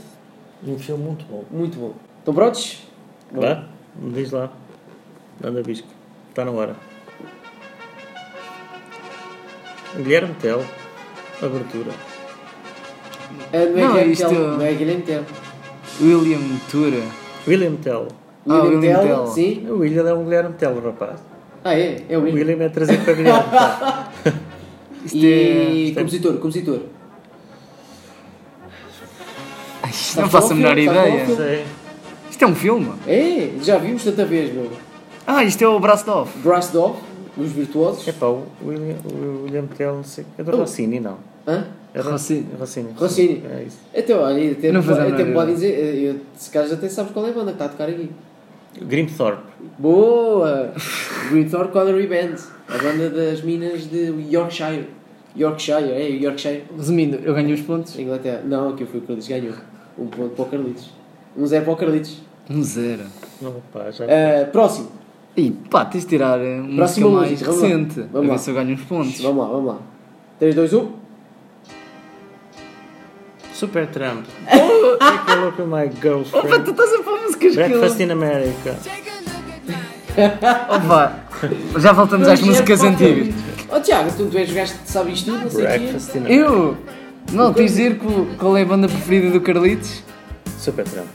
S2: Um filme muito bom.
S1: Muito bom. Estão prontos?
S2: Vá? Diz lá. Anda bisco. Está na hora. Guilherme Tel. Abertura.
S1: Ah, não, é
S4: Não,
S1: Guilherme
S4: isto-
S1: Tell, não é Guilherme Tell.
S4: William Tura.
S2: William Tell.
S4: Ah,
S1: William
S4: William
S1: Tell,
S4: Tell.
S1: sim.
S2: O William é um Guilherme Tell, rapaz.
S1: Ah, é, é o
S2: O
S1: William.
S2: William é trazido para Guilherme Tell.
S4: é
S1: E compositor, compositor.
S4: Isto
S1: Sabes
S4: não
S1: qual é o
S4: faço a
S1: filme?
S4: menor
S1: Sabes qual é o
S4: ideia. [laughs]
S1: filme?
S2: Sei.
S4: Isto é um filme.
S1: É, já vimos tanta vez, meu.
S4: Ah, isto é o Braço de Off.
S1: Brass Dog, os virtuosos.
S2: É pá, o William, o William Tell, não sei. É do
S1: Oh.
S2: Rossini, não.
S1: Hã?
S2: É Ro-
S4: Rossini.
S2: Rossini.
S1: Rossini.
S2: É isso.
S1: Então, olha, até,
S4: Não fazia a
S1: até
S4: menor
S1: podem
S4: ideia.
S1: dizer, eh, eu, se calhar até sabes qual é a banda que está a tocar aqui.
S2: Grimthorpe.
S1: Boa! Greenthorpe Connery Band, a banda das minas de Yorkshire. Yorkshire, é, Yorkshire.
S4: Resumindo, eu ganhei os pontos.
S1: Inglaterra. Não, aqui foi o Carlitos que ganhou. Um ponto para o Carlitos. Um zero para o Carlitos.
S4: Um zero.
S2: Não, pá, já.
S4: É.
S1: Ah, próximo.
S4: E pá, tens de tirar eh, uma
S1: Próxima
S4: música mais
S1: música, vamos lá.
S4: recente.
S1: Vamos
S4: a
S1: lá.
S4: ver se eu ganho uns pontos.
S1: Vamos lá, vamos lá. um. 3, 2, 1.
S2: Super
S4: [laughs]
S2: Trump. Oh, Take a look at my
S4: Opa, Oh, tu
S2: girlfriend.
S4: estás a pôr músicas que eu...
S2: Breakfast in America.
S4: Opa, já voltamos às músicas antigas.
S1: Oh Tiago, tu, tu és o gajo que sabe isto tudo, não sei o quê.
S2: Breakfast in America.
S4: Eu? Não, tens de dizer qual- qual é a banda preferida do Carlitos?
S2: Super Trump.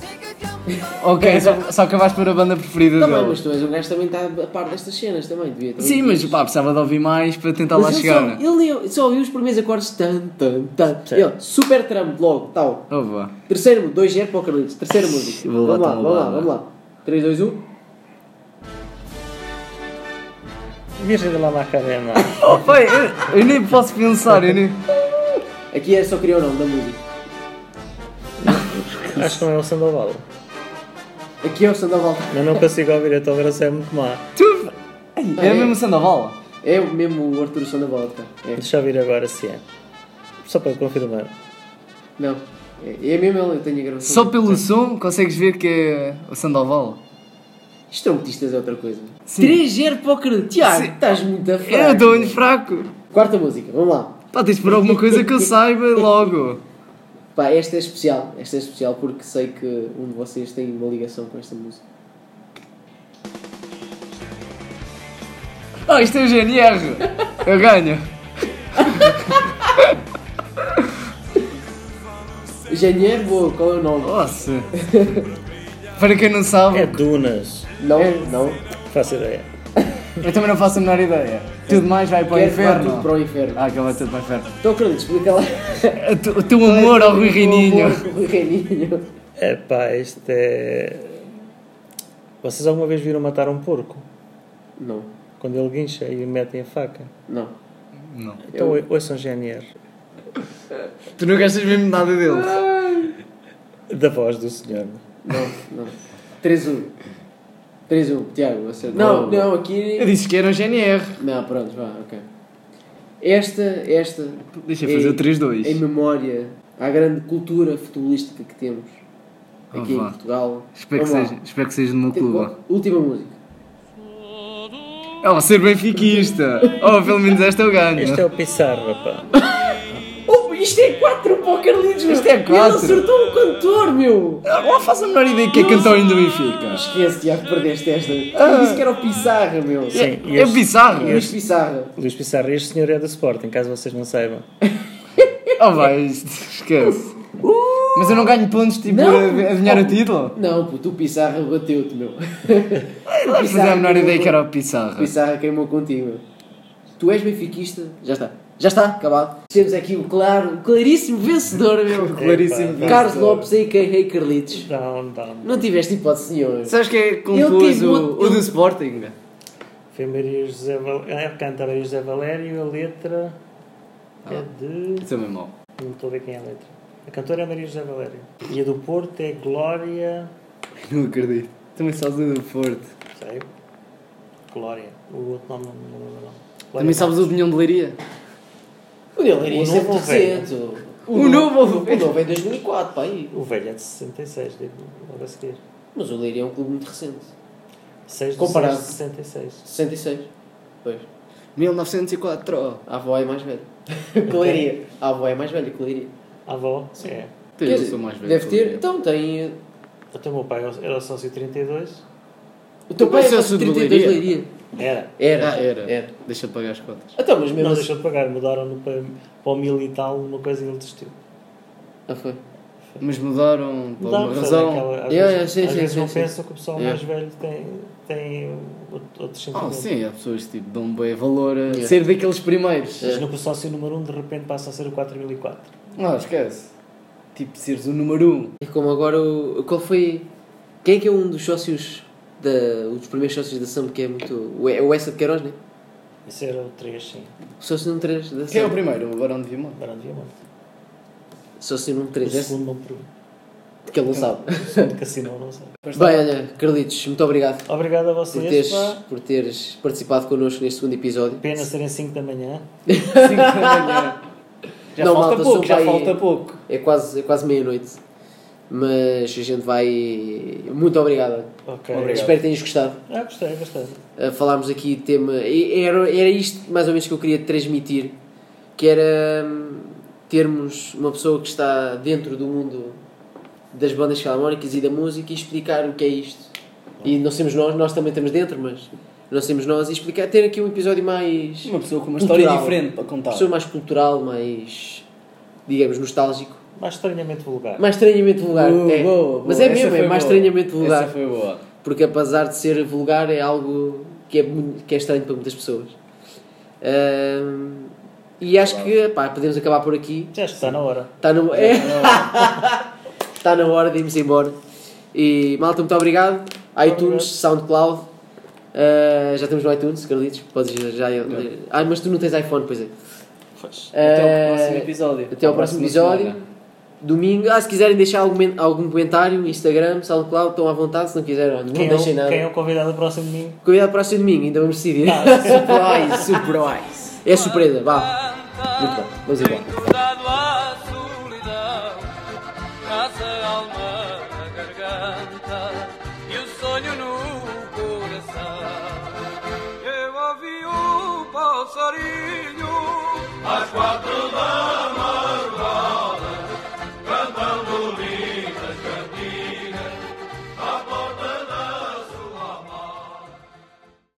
S6: Take a jump
S4: Ok, só, só acabaste por a banda preferida
S1: Também,
S4: dele.
S1: mas tu és um gajo que também está a par destas cenas também, devia também
S4: Sim,
S1: devias.
S4: mas pá, precisava de ouvir mais para tentar lá
S1: Mas ele
S4: chegar.
S1: só-
S4: né?
S1: Ele, ele só ouviu os primeiros acordes tan, tan, tan.
S2: Sim.
S1: Ele, super trampo logo, tal.
S4: Oh, vá.
S1: Terceiro, 2-0 para o Carlitos. Terceira música.
S4: Vou lá,
S1: vamos lá,
S4: então,
S1: vamos
S4: vou
S1: lá,
S4: lá,
S1: vamos lá. um. 3, 2, 1.
S2: Virgem de la
S4: [laughs]
S2: Macarena.
S4: Oh, pai, eu, eu nem posso pensar, eu nem.
S1: Aqui é só criar o nome da música.
S2: Acho que não é o Sandoval.
S1: Aqui é o Sandoval.
S2: Mas não consigo ouvir, a tua gravação é muito má.
S4: Tu. Ei,
S1: Ah, é?
S4: era mesmo Sandoval?
S1: É o mesmo o Arturo Sandoval. Tá? É.
S2: Deixa eu ouvir agora se é. Só para confirmar.
S1: Não. É, é mesmo ele, eu tenho a gravação.
S4: Só pelo som consegues ver que é o Sandoval.
S1: Isto trompetistas é outra coisa.
S4: Sim.
S1: 3-0 para o Carlitos. Tiago,
S4: Sim.
S1: estás muito a
S4: Eu
S1: fraco.
S4: dou-lhe É, fraco.
S1: Quarta música, vamos lá.
S4: Pá, tens por alguma coisa que eu saiba logo.
S1: Pá, esta é especial, esta é especial porque sei que um de vocês tem uma ligação com esta música.
S4: Oh, isto é o GNR. Eu ganho.
S1: Janeiro, boa, qual é o nome?
S4: Nossa. Para quem não sabe,
S2: É Dunas.
S1: Não, não.
S2: Faço ideia.
S4: eu também não faço a menor ideia. Tudo mais vai para o
S1: Quero levar tudo
S4: inferno.
S1: para o inferno.
S4: Ah, que vai tudo para o inferno.
S1: Então, Carlos, explica lá.
S4: O teu- O teu amor ao Rui Reininho.
S1: O Rui Reininho.
S2: É pá, isto é. Vocês alguma vez viram matar um porco?
S1: Não,
S2: Quando ele guincha e metem a faca?
S1: não.
S4: Não.
S2: Então oi- ouçam GNR.
S4: Tu não gastas mesmo nada dele.
S2: Da voz do senhor.
S1: Não, não. 3-1. 3-1, Tiago, acertou. Não, não,
S4: Eu
S1: aqui.
S4: disse que era um o GNR.
S1: Não, pronto, vá, ok. Esta, esta.
S4: Deixa eu fazer o 3-2.
S1: Em memória à grande cultura futebolística que temos aqui
S4: Ah, vá.
S1: em Portugal.
S4: Espero que,
S1: Vamos lá. Tipo,
S4: seja, espero que seja no meu clube.
S1: Última música.
S4: Oh, ser benfiquista. Oh, pelo menos esta eu ganho.
S2: Este é o Pissarro, pá.
S1: Oh, isto é 4 para o Carlitos, meu.
S4: Isto
S1: E
S4: é
S1: Ele
S4: quatro.
S1: acertou o cantor, meu.
S4: Não faço Ah, a menor ideia que é cantor do Benfica.
S1: Esquece, Tiago, perdeste esta.
S4: Ah.
S1: Eu disse que era o Pissarra, meu.
S2: Sim, e
S4: É
S2: este-
S4: bizarro.
S1: Luís Pissarra.
S2: Luís Pissarro, este senhor é do Sporting, caso vocês não saibam.
S4: Oh, vai, isto- esquece. Mas eu não ganho pontos tipo
S1: Não.
S4: a adivinhar o título?
S1: Não, puto, o Pissarra bateu-te, meu. É
S4: Não fazia a menor ideia que era o Pissarra.
S1: Pissarra queimou contigo, meu. Tu és benfiquista? Já está. Já está, acabado. Temos aqui o claro, o claríssimo vencedor, meu.
S4: [laughs]
S2: Claríssimo
S1: Carlos
S2: vencedor.
S1: Lopes, a.k.a. Carlitos.
S2: Down, down.
S1: Não tiveste hipótese nenhuma.
S4: Sabes que é
S1: Ele
S4: confuso
S1: teve outro-
S4: o, o do
S1: ele-
S4: Sporting?
S2: Foi Maria José Valério. Ah, canta Maria José Valério, a letra é de.
S4: Isso é mesmo mau.
S2: Não estou a ver quem é a letra. A cantora é Maria José Valério. E a do Porto é Glória.
S4: Não acredito. Também sabes o do Porto.
S2: Sei. Glória. O outro nome não me lembro. o nome.
S4: Também
S2: Glória
S4: sabes o do União de Leiria.
S1: O dele era
S2: O
S1: sempre
S2: novo
S1: é recente.
S4: O novo
S1: O novo é 2004, pá, aí.
S2: O velho é de 66, digo logo a seguir.
S1: Mas o Leiria é um clube muito recente.
S2: 6 de
S1: Comparado.
S2: 6 de 66.
S1: 66. Pois.
S4: 1904. ó.
S1: A avó é mais velha.
S4: [laughs]
S1: que Leiria. A avó é mais velha que Leiria.
S2: A avó? É.
S4: Tu
S1: Quer
S4: eu
S1: dizer,
S4: sou mais velho.
S1: Deve
S4: que
S1: ter.
S4: eu.
S1: Então tem. eh,
S2: Até o meu pai era o sócio 32.
S1: O teu
S4: Tu
S1: pai é
S4: conheces
S1: sócio de
S4: o de
S1: 32
S4: Leiria?
S1: Leiria.
S2: Era.
S1: Era.
S4: Ah, era.
S1: Era.
S4: Deixa de pagar as contas.
S1: Então, mas mesmo
S2: Não
S1: assim.
S2: deixou de pagar, mudaram-no para, para o mil e tal, uma coisa e ele desistiu.
S1: Ah, foi.
S4: Mas mudaram por
S2: Mudaram,
S4: alguma
S2: sabe,
S4: razão.
S2: aquela- às
S1: Yeah, yeah,
S2: vezes,
S1: sim,
S2: às
S1: sim,
S2: vezes
S1: sim,
S2: não
S1: sim.
S2: pensam que o pessoal mais velho tem, tem out- outros
S4: Ah,
S2: sentimentos.
S4: sim, há pessoas que tipo, dão bem valor a
S1: um Yeah.
S4: ser daqueles primeiros.
S1: É.
S2: Mas no que o sócio número 1 um, de repente passa a ser o 4004.
S4: Não, esquece. Tipo, seres o número 1. Um.
S1: E É como agora o. Qual foi. Quem é que é um dos sócios. Da, um dos primeiros sócios da SAM que é muito. o- É o Essa de Queiroz, né?
S2: Esse era o 3, sim.
S1: O sócio número 3 da
S4: Quem é o
S1: SAM.
S4: primeiro? O Barão de Vimão.
S2: Barão de Viamonte.
S1: Sócio número
S2: O
S1: 3, esse
S2: segundo não pergunto.
S1: que ele não sabe.
S2: O segundo cassino, não sei.
S1: Bem, olha, Carlitos, muito obrigado
S2: Obrigado a
S1: por
S2: vocês.
S1: teres,
S2: tá. pá.
S1: por teres participado connosco neste segundo episódio.
S2: Pena serem 5 da
S1: [laughs]
S2: manhã.
S4: 5 da manhã. Já
S1: Não,
S4: falta
S1: malta,
S4: pouco,
S1: sou
S4: já
S1: pai-
S4: falta pouco.
S1: É quase, é quase meia-noite. Mas a gente vai. Muito obrigado.
S2: Ok.
S1: Espero que tenhas gostado.
S2: Ah, gostei, gostei.
S1: Uh, falámos aqui de tema. e- Era, era isto mais ou menos que eu queria transmitir, que era hum, termos uma pessoa que está dentro do mundo das bandas filarmónicas e da música e explicar o que é isto. E não sermos nós, nós também estamos dentro, mas não sermos nós e explicar, ter aqui um episódio mais
S4: Uma pessoa com uma
S1: Cultural.
S4: história diferente para contar.
S1: pessoa mais cultural, mais digamos nostálgico.
S2: mais estranhamente vulgar.
S1: Mais estranhamente vulgar.
S4: Uh,
S1: é.
S4: boa, boa.
S1: Mas é
S4: Essa
S1: mesmo,
S4: foi
S1: é mais
S4: boa.
S1: estranhamente vulgar.
S4: Essa foi boa.
S1: Porque apesar de ser vulgar é algo que é, mu- que é estranho para muitas pessoas. Ahm, e acho que pá, podemos acabar por aqui.
S2: Já está na hora.
S1: Está na, é. Está na hora de irmos embora. E malta, muito obrigado. iTunes, SoundCloud. Ah, já temos no iTunes, Carlitos. Podes já. já Ah, mas tu não tens iPhone, pois é.
S4: Eh, Até
S1: Ah,
S4: ao próximo episódio.
S1: até ao
S4: À
S1: próximo
S4: próxima
S1: episódio.
S4: semana.
S1: Domingo, ah, se quiserem deixar algum, men- algum comentário, Instagram, SoundCloud, estão à vontade. Se não quiserem, olha, não
S2: Quem é,
S1: deixem
S2: o,
S1: nada.
S2: quem é o convidado do próximo domingo?
S1: Cuidado para o domingo, ainda vamos decidir. [laughs]
S4: Surprise, surprise.
S1: É surpresa, vá. Muito bem, vamos embora.
S3: Cuidado à solidão, traz a alma na garganta e o sonho no coração. Eu ouvi o passarinho às quatro